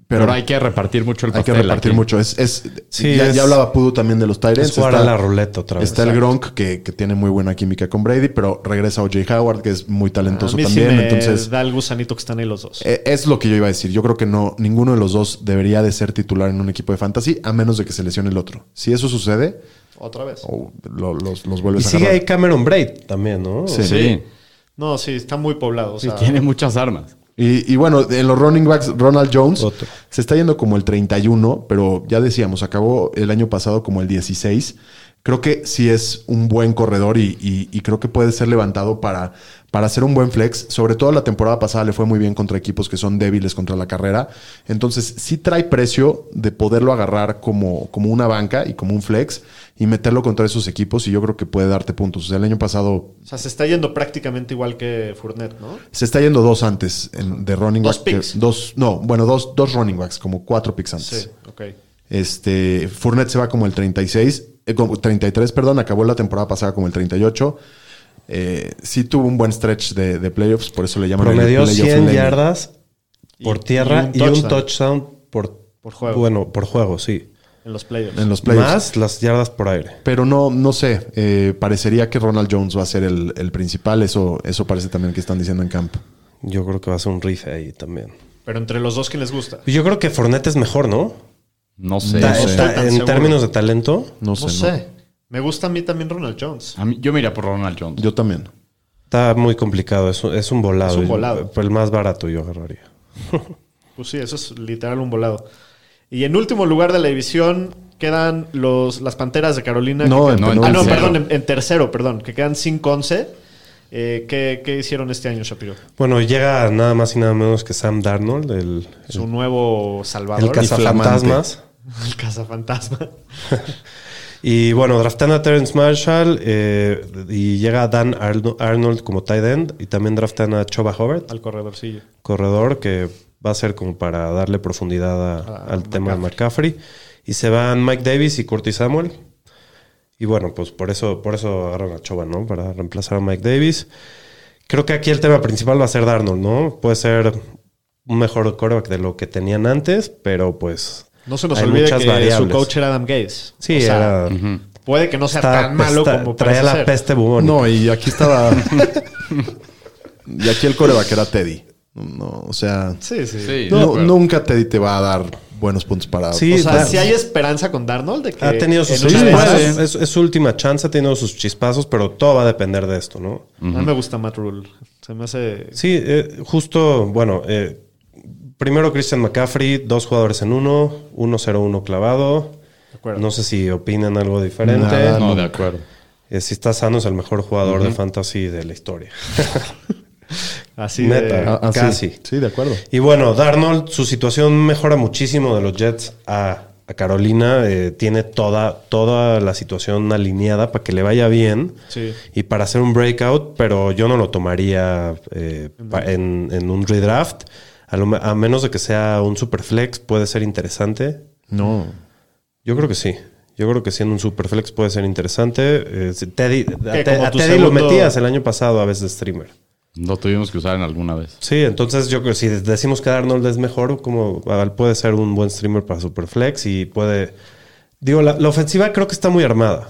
C: pero,
E: Pero, hay que repartir mucho el
C: hay que
E: pastel.
C: repartir
E: aquí.
C: mucho. Es, es-
D: Sí,
C: ya,
D: es-
C: ya hablaba Pudo también de los Tyrants.
D: Es jugar a la ruleta otra vez.
C: Está el Gronk, que, que tiene muy buena química con Brady, pero regresa O.J. Howard, que es muy
B: A
C: talentoso
B: mí sí
C: también.
B: me
C: Entonces,
B: da el gusanito que están ahí los dos.
C: eh, es lo que yo iba a decir. Yo creo que no, ninguno de los dos debería de ser titular en un equipo de fantasy, a menos de que se lesione el otro. Si eso sucede,
B: Otra vez.
C: oh, lo- los, los
D: Y
C: vuelves a
D: sigue
C: agarrar.
D: ahí Cameron Braid también, ¿no?
C: Sí.
E: Sí.
B: No, sí, está muy poblado. o
E: Sí,
B: sea,
E: tiene muchas armas.
C: Y, y bueno, en los running backs, Ronald Jones
D: Otro.
C: se está yendo como el 31, pero ya decíamos, acabó el año pasado como el 16. Creo que sí es un buen corredor y, y- y creo que puede ser levantado para, para hacer un buen flex. Sobre todo la temporada pasada le fue muy bien contra equipos que son débiles contra la carrera. Entonces sí trae precio de poderlo agarrar como, como una banca y como un flex y meterlo contra esos equipos y yo creo que puede darte puntos. O sea, el año pasado
B: o sea, se está yendo prácticamente igual que Fournette, ¿no?
C: se está yendo dos antes en- de running
B: Dos
C: back que-
B: picks.
C: dos, no, bueno, dos, dos running backs, como cuatro picks antes.
B: Sí, ok.
C: Este, Fournette se va como el 36, eh, como 33, perdón, acabó la temporada pasada como el 38. Eh, sí tuvo un buen stretch de, de playoffs, por eso le llaman el
D: Promedió
C: playoff
D: 100
C: lane.
D: yardas por
B: Y-
D: tierra y un, touchdown. por,
B: Por juego.
D: Bueno, por juego, sí.
B: En los playoffs.
C: en los playoffs.
D: Más las yardas por aire.
C: Pero no, no sé, eh, parecería que Ronald Jones va a ser el, el principal, eso, eso parece también que están diciendo en campo.
D: Yo creo que va a ser un riff ahí también.
B: Pero entre los dos, ¿quién les gusta?
D: Y Yo creo que Fornette es mejor, ¿no?
E: No sé.
D: Ta-
B: sé.
D: ta-
B: Estoy tan
D: en
B: seguro.
D: términos de talento.
C: No sé.
B: No
C: no.
B: sé. Me gusta a mí también Ronald Jones.
E: A mí- yo me iría por Ronald Jones.
C: Yo también.
D: Está muy complicado, es un, es un volado.
B: Es un volado.
D: Yo- El más barato yo agarraría.
B: Pues sí, eso es literal un volado. Y en último lugar de la división quedan los, las Panteras de Carolina.
C: No,
B: que
C: en-
B: quedan-
E: no,
B: ah,
E: en
B: no,
E: tercero.
B: perdón, en, en tercero, perdón, que quedan 5-11. Eh, ¿qué, qué hicieron este año, Shapiro?
D: Bueno, llega nada más y nada menos que Sam Darnold, el,
B: Su nuevo salvador.
D: el cazafantasmas.
B: El cazafantasma.
D: Y bueno, draftan a Terrence Marshall eh, y llega Dan Arno- Arnold como tight end y también draftan a Choba Hobart,
B: Al corredorcillo.
D: corredor que va a ser como para darle profundidad a-
B: A
D: al tema de McCaffrey. Y se van Mike Davis y Curtis Samuel. Y bueno, pues por eso, por eso agarran a Choba, ¿no? Para reemplazar a Mike Davis. Creo que aquí el tema principal va a ser Darnold, ¿no? Puede ser un mejor quarterback de lo que tenían antes, pero pues...
B: No se nos
D: hay
B: olvide
D: muchas
B: que su
D: variables.
B: coach era Adam Gaze.
D: Sí,
B: O sea,
D: era...
B: Puede que no sea
D: Estaba
B: tan malo
D: pesta-
B: como
D: traía
B: parece
D: la
B: ser.
D: peste bubónica.
C: No, y aquí estaba. y aquí el coreback era Teddy. No, o sea.
B: Sí, sí.
E: Sí,
C: no,
E: de acuerdo.
C: nunca Teddy te va a dar buenos puntos para.
D: Sí,
B: O sea,
D: Dar-
B: si hay esperanza con Darnold de que
D: ha tenido sus
B: en una de
D: chispazos.
B: esas-
D: Es, es su última chance, ha tenido sus chispazos, pero todo va a depender de esto, ¿no?
B: A mí me gusta Matt Rule. Se me hace.
D: Sí, eh, justo, bueno, eh, primero Christian McCaffrey, dos jugadores en uno, 1-0-1 clavado.
B: De acuerdo.
D: No sé si opinan algo diferente.
C: Nada,
E: no, de acuerdo.
D: Eh, si está sano, es el mejor jugador de fantasy de la historia.
B: Así
D: Neta.
B: de-
C: Ah, ah, sí.
D: Casi.
C: Sí. de acuerdo.
D: Y bueno, Darnold, su situación mejora muchísimo de los Jets a, a Carolina. Eh, tiene toda, toda la situación alineada para que le vaya bien
B: Sí.
D: y para hacer un breakout, pero yo no lo tomaría eh, pa- en, en un redraft. A, lo me- a menos de que sea un superflex, puede ser interesante.
C: No.
D: Yo creo que sí. Yo creo que siendo un superflex puede ser interesante. Eh, si Teddy, a,
B: ¿Qué,
D: Te-
B: como
D: a
B: tu
D: Teddy lo
B: segundo-
D: metías el año pasado a veces de streamer.
E: Lo tuvimos que usar en alguna vez.
D: Pues, Sí, entonces yo creo que si decimos que Darnold es mejor, como ah, puede ser un buen streamer para Superflex y puede Digo, la, la ofensiva creo que está muy armada.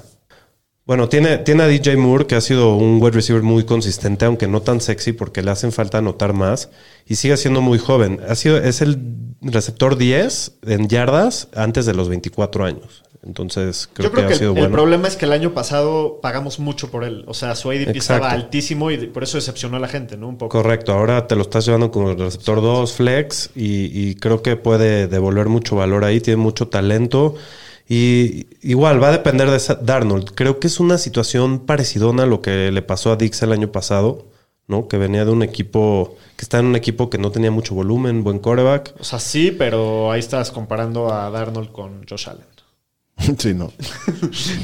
D: Bueno, tiene, tiene a DJ Moore, que ha sido un wide receiver muy consistente, aunque no tan sexy, porque le hacen falta anotar más. Y sigue siendo muy joven. Ha sido, es el receptor 10 en yardas antes de los 24 años. Entonces, creo,
B: Yo creo
D: que,
B: que
D: ha
B: el,
D: sido
B: el
D: bueno.
B: problema es que el año pasado pagamos mucho por él. O sea, su ADP
D: Exacto.
B: estaba altísimo y de- por eso decepcionó a la gente, ¿no? Un poco.
D: Correcto, ahora te lo estás llevando como receptor 2, flex, y, y creo que puede devolver mucho valor ahí, tiene mucho talento. Y igual va a depender de esa- Darnold. Creo que es una situación parecidona a lo que le pasó a Dix el año pasado, ¿no? Que venía de un equipo, que está en un equipo que no tenía mucho volumen, buen coreback.
B: O sea, sí, pero ahí estás comparando a Darnold con Josh Allen.
C: Sí, no.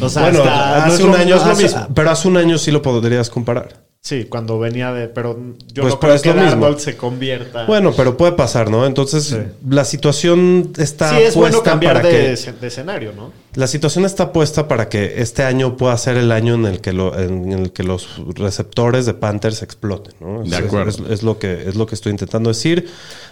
B: O sea, hasta no es lo- no hace-
D: Pero hace un año sí lo podrías comparar.
B: Sí, cuando venía de. Pero yo
D: Pues,
B: no
D: pero
B: creo
D: es
B: que
D: lo mismo.
B: Darnold se convierta.
D: Bueno, pero puede pasar, ¿no? Entonces, la situación está
B: sí, es bueno
D: puesta
B: cambiar
D: para
B: de,
D: que-
B: escen- de escenario, ¿no?
D: La situación está puesta para que este año pueda ser el año en el que, lo- en el que los receptores de Panthers exploten. ¿no?
E: De
D: Es-
E: acuerdo.
D: Es, es lo que, es lo que estoy intentando decir.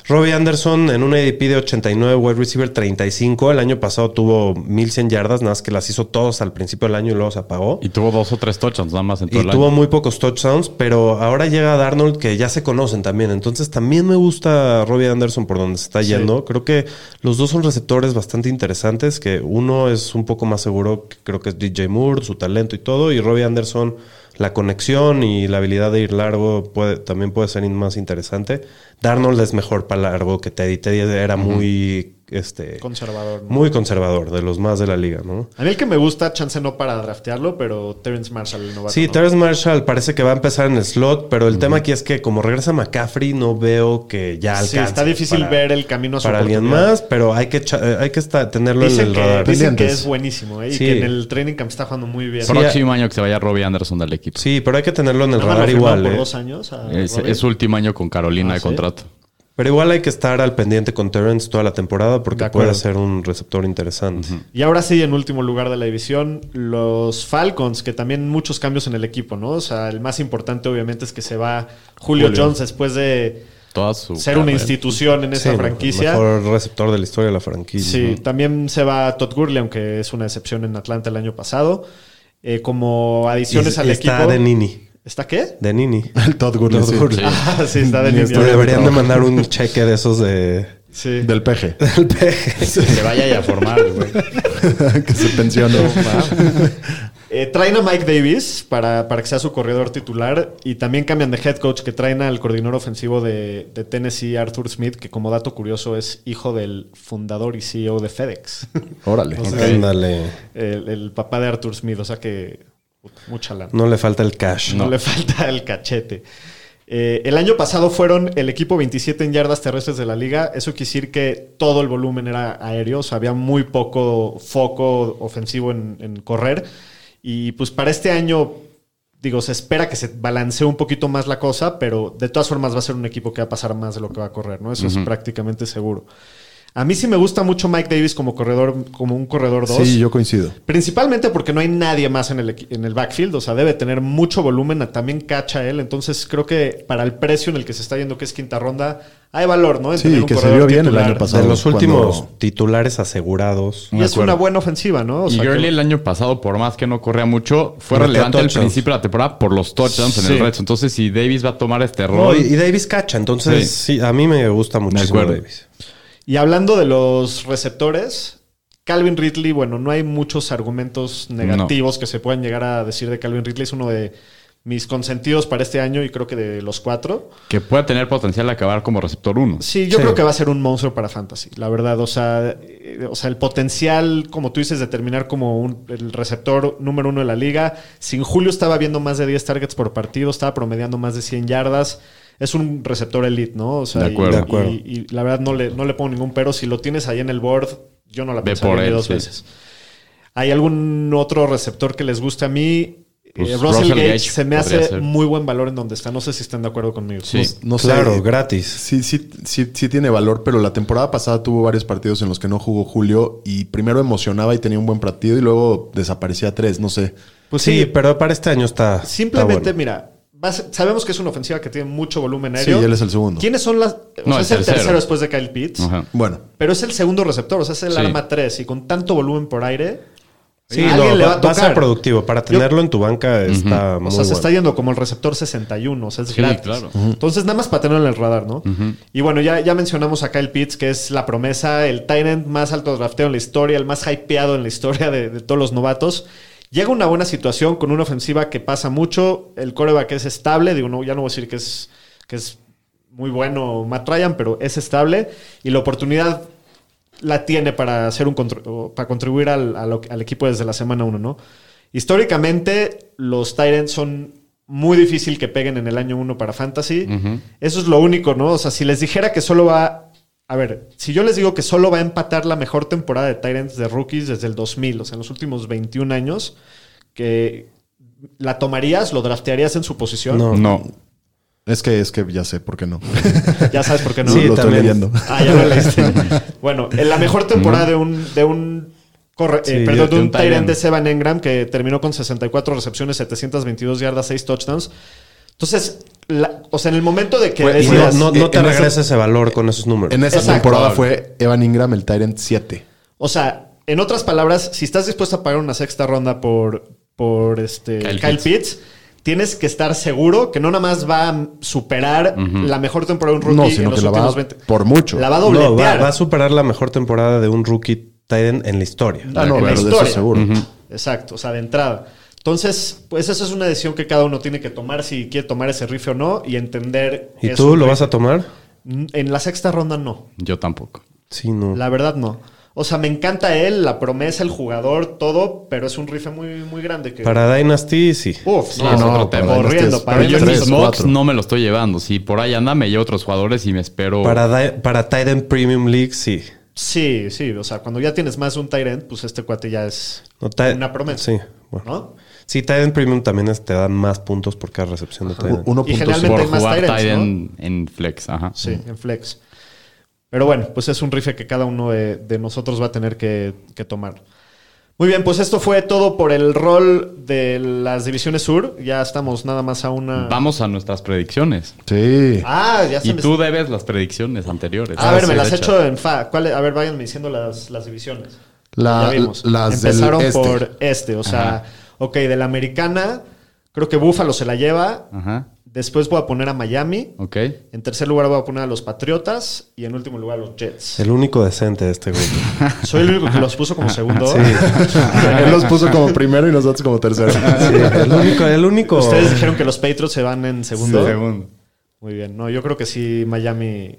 D: Robbie Anderson en un ADP de 89, wide receiver 35. El año pasado tuvo 1100 yardas, nada más que las hizo todos al principio del año y luego se apagó.
E: Y tuvo dos o tres touchdowns nada más en todo
D: Y
E: el
D: tuvo
E: año.
D: muy pocos touchdowns, pero ahora llega Darnold que ya se conocen también. Entonces también me gusta Robbie Anderson por donde se está yendo. Creo que los dos son receptores bastante interesantes, que uno es un poco más seguro, que creo que es DJ Moore, su talento y todo, y Robbie Anderson, la conexión y la habilidad de ir largo puede, también puede ser más interesante. Darnold es mejor para largo que Teddy. Teddy era muy... Este,
B: Conservador. ¿no?
D: muy conservador, de los más de la liga, ¿no?
B: A mí el que me gusta, chance no para draftearlo, pero Terrence Marshall, el novato.
D: Sí,
B: ¿no?
D: Terrence Marshall parece que va a empezar en el slot, pero el tema aquí es que como regresa McCaffrey no veo que ya alcance.
B: Sí, está difícil
D: para-
B: ver el camino a su
D: para alguien
B: oportunidad.
D: más, pero hay que echa- eh, hay que esta- tenerlo en
B: Dicen,
D: el
B: que,
D: radar.
B: dicen que
C: Pendientes.
B: es buenísimo ¿eh? y
D: Sí.
B: que en el training camp está jugando muy bien.
D: Sí,
E: Próximo año que se vaya Robbie Anderson del equipo.
D: Sí, pero hay que tenerlo en el
B: Nada más lo
D: radar
B: firmaron
D: igual.
B: por
D: eh.
B: dos años a
E: Es,
B: Robbie.
E: es su último año con Carolina
B: Ah,
E: de
B: ¿sí?
E: contrato.
D: Pero igual hay que estar al pendiente con Terrence toda la temporada porque
B: De acuerdo.
D: puede ser un receptor interesante.
B: Y ahora sí, en último lugar de la división, los Falcons, que también muchos cambios en el equipo, ¿no? O sea, el más importante obviamente es que se va Julio,
D: Julio.
B: Jones después de
E: Toda su
B: ser una
E: carrera.
B: institución en esa
D: Sí,
B: franquicia.
D: El mejor receptor de la historia de la franquicia.
B: Sí,
D: ¿no?
B: también se va Todd Gurley, aunque es una excepción en Atlanta el año pasado. Eh, como
D: Y,
B: adiciones al
D: y está
B: equipo.
D: de Nini.
B: ¿está qué?
D: De Nini.
C: El Todd Gurley. sí.
B: Ah, sí, está de
C: Ni
B: niño.
C: estoy
D: Le deberían de mandar un cheque de esos de...
B: Sí.
C: Del peje.
D: del peje.
E: Que vaya ya a formar, güey.
C: que se pensionó.
B: Eh, traen a Mike Davis para, para que sea su corredor titular y también cambian de head coach que traen al coordinador ofensivo de, de Tennessee, Arthur Smith, que como dato curioso es hijo del fundador y CEO de FedEx,
C: Órale.
D: Ándale.
B: el, el papá de Arthur Smith, o sea que mucha lana.
D: No le falta el cash.
B: No, le falta el cachete. Eh, el año pasado fueron el equipo 27 en yardas terrestres de la liga. Eso quiere decir que todo el volumen era aéreo. O sea, había muy poco foco ofensivo en, en correr. Y pues para este año, digo, se espera que se balancee un poquito más la cosa, pero de todas formas va a ser un equipo que va a pasar más de lo que va a correr, ¿no? Eso es prácticamente seguro. A mí sí me gusta mucho Mike Davis como corredor, como un corredor 2.
C: Sí, yo coincido.
B: Principalmente porque no hay nadie más en el, equi- en el backfield, o sea, debe tener mucho volumen, también cacha él, entonces creo que para el precio en el que se está yendo, que es quinta ronda, hay valor, ¿no? En
C: Sí,
B: tener un
C: que se
B: corredor
C: vio bien el
B: titular.
C: año pasado.
D: De los
C: Cuando-
D: últimos titulares asegurados.
B: Y es una buena ofensiva, ¿no? O
E: Y
B: sea,
E: Gurley
B: que-
E: el año pasado, por más que no corría mucho, fue
D: Metió
E: relevante al
D: touchdowns.
E: principio de la temporada por los touchdowns en el
B: Sí.
E: Red Zone. Entonces, si Davis va a tomar este
D: No,
E: rol,
D: y, y Davis cacha, entonces sí. a mí me gusta muchísimo
E: acuerdo.
D: Davis.
B: Y hablando de los receptores, Calvin Ridley, bueno, no hay muchos argumentos negativos que se puedan llegar a decir de Calvin Ridley, es uno de mis consentidos para este año y creo que de los cuatro.
E: que puede tener potencial de acabar como receptor 1.
B: Sí, yo
D: Sí.
B: creo que va a ser un monstruo para Fantasy, la verdad. O sea, eh, o sea, el potencial, como tú dices, de terminar como un- el receptor número uno de la liga. Sin Julio estaba viendo más de 10 targets por partido, estaba promediando más de 100 yardas. Es un receptor elite, ¿no? O sea,
E: De
B: y-
E: acuerdo.
B: y,
E: De
D: acuerdo.
B: y la verdad no le, no le pongo ningún pero. Si lo tienes ahí en el board, yo no la
E: Ve
B: pensaría
E: por
B: ni
E: él,
B: dos
E: sí.
B: veces. ¿Hay algún otro receptor que les guste a mí?
E: Pues,
B: Eh, Russell,
E: Russell
B: Gage,
E: Gage
B: se me
E: podría
B: hace
E: ser.
B: muy buen valor en donde está. No sé si están de acuerdo conmigo.
E: Sí.
C: No sé.
D: claro, gratis.
C: Sí, sí, sí, sí tiene valor, pero la temporada pasada tuvo varios partidos en los que no jugó Julio y primero emocionaba y tenía un buen partido y luego desaparecía tres, no sé.
B: Pues
D: sí, pero para este año está. está
B: Simplemente,
D: bueno.
B: mira, va a ser- sabemos que es una ofensiva que tiene mucho volumen aéreo.
C: Ah, Sí, él es el segundo.
B: ¿Quiénes son las.? o
E: No,
B: sea,
E: el
B: es el tercero.
E: tercero.
B: después de Kyle Pitts.
E: Ajá.
C: Bueno,
B: Pero es el segundo receptor, o sea, es el
E: Sí.
B: arma 3. Y con tanto volumen por aire,
D: Sí,
B: ¿a
D: no,
B: alguien le va
D: va,
B: a
D: va a ser
B: tocar?
D: productivo. Para tenerlo en tu banca está
B: O
D: muy
B: sea, se
D: bueno.
B: está yendo como el receptor 61, o sea, es
E: Sí,
B: gratis.
E: claro.
B: Entonces, nada más para tenerlo en el radar, ¿no? Y bueno, ya, ya mencionamos a Kyle Pitts, que es la promesa, el tight end más alto drafteo en la historia, el más hypeado en la historia de, de todos los novatos. Llega una buena situación con una ofensiva que pasa mucho, el coreback es estable, digo, no, ya no voy a decir que es, que es muy bueno Matt Ryan, pero es estable y la oportunidad la tiene para hacer un contr- o para contribuir al, a lo- al equipo desde la semana 1, ¿no? Históricamente, los Tyrants son muy difícil que peguen en el año 1 para Fantasy. Eso es lo único, ¿no? O sea, si les dijera que solo va. A ver, si yo les digo que solo va a empatar la mejor temporada de Tyrants de rookies desde el 2000, o sea, en los últimos 21 años, que la tomarías, lo draftearías en su posición.
D: No.
E: No.
C: es que, es que ya sé por qué no.
B: Ya sabes por qué no.
C: No,
D: Sí,
C: lo estoy
D: también.
C: leyendo.
B: Ah, ya lo leíste. bueno, en la mejor temporada de un, de un, corre-
D: Sí,
B: eh,
D: de-
B: perdón, de
E: de
B: un
E: un tight
B: tight end
E: end.
B: de Sevan Engram que terminó con 64 recepciones, 722 yardas, 6 touchdowns. Entonces, la- o sea, en el momento de que
C: Fue-
D: Pues, Y no,
B: decidas- eh,
D: no- no te
C: En esa-
D: regresa ese valor con esos números.
C: En esa
B: Exacto.
C: temporada fue Evan Ingram el Tyrant 7.
B: o sea, en otras palabras, si estás dispuesto a pagar una sexta ronda por, por este Kyle,
E: Kyle
B: Pitts, tienes que estar seguro que no nada más va a superar la mejor temporada de un
C: No,
B: rookie en
C: sino
B: los
C: que la va
B: últimos
C: a-
B: 20.
C: por mucho.
B: La va a
D: No, va,
B: dobletear.
D: va a superar la mejor temporada de un rookie Titan en la historia.
C: Ah, no,
B: en la
C: pero de eso
B: historia.
C: seguro.
D: Mm.
B: Exacto, o sea, de entrada. Entonces, pues esa es una decisión que cada uno tiene que tomar si quiere tomar ese rifle o no y entender.
D: ¿Y
B: eso.
D: tú lo vas a tomar?
B: En la sexta ronda no,
E: Yo tampoco.
D: Sí, no.
B: la verdad no. O sea, me encanta él, la promesa, el jugador, todo, pero es un rifle muy, muy grande que...
D: Para Dynasty, sí.
B: Uf,
E: No,
B: no,
E: es
B: no,
E: otro tema.
B: corriendo.
C: Pero
B: para
E: Pero yo en
C: tres,
E: mis mocks
C: cuatro.
E: no me lo estoy llevando. Si por ahí anda, me llevo otros jugadores y me espero.
D: Para, Di- para Titan Premium League, sí.
B: Sí, sí, o sea, cuando ya tienes más de un tight end, pues este cuate ya es
D: No, Ti-
B: una promesa.
D: Sí, bueno.
B: ¿no?
D: Sí, Titan Premium también es- te dan más puntos por cada recepción de Titan.
C: Uno
B: Y
C: punto
B: generalmente
E: pues, por
B: hay más
E: jugar
B: tight ends,
E: tight
B: ¿no?
E: end en flex. Ajá.
B: Sí, en flex. Pero bueno, pues es un rifle que cada uno de, de nosotros va a tener que, que tomar. Muy bien, pues esto fue todo por el rol de las divisiones sur. Ya estamos nada más a una.
E: Vamos a nuestras predicciones.
C: Sí.
B: Ah, ya se
E: Y
B: me-
E: tú debes las predicciones anteriores.
B: A ver, me
E: Sí,
B: las he
E: de hecho.
B: hecho en fa. ¿Cuál es? A ver, váyanme diciendo las, las divisiones.
C: La-
B: ya vimos.
C: las del
B: Empezaron
C: este.
B: por este, o sea,
E: Ajá.
B: ok, de la americana, creo que Búfalo se la lleva.
E: Ajá.
B: Después voy a poner a Miami.
E: Ok.
B: En tercer lugar voy a poner a los Patriotas. Y en último lugar a los Jets.
D: El único decente de este grupo.
B: Soy el único que los puso como segundo. Ah.
C: Él los puso como primero y nosotros como tercero.
D: el único, el único.
C: Oh.
B: Ustedes dijeron que los Patriots se van en segundo.
E: Segundo.
B: Muy bien. No, yo creo que sí, Miami.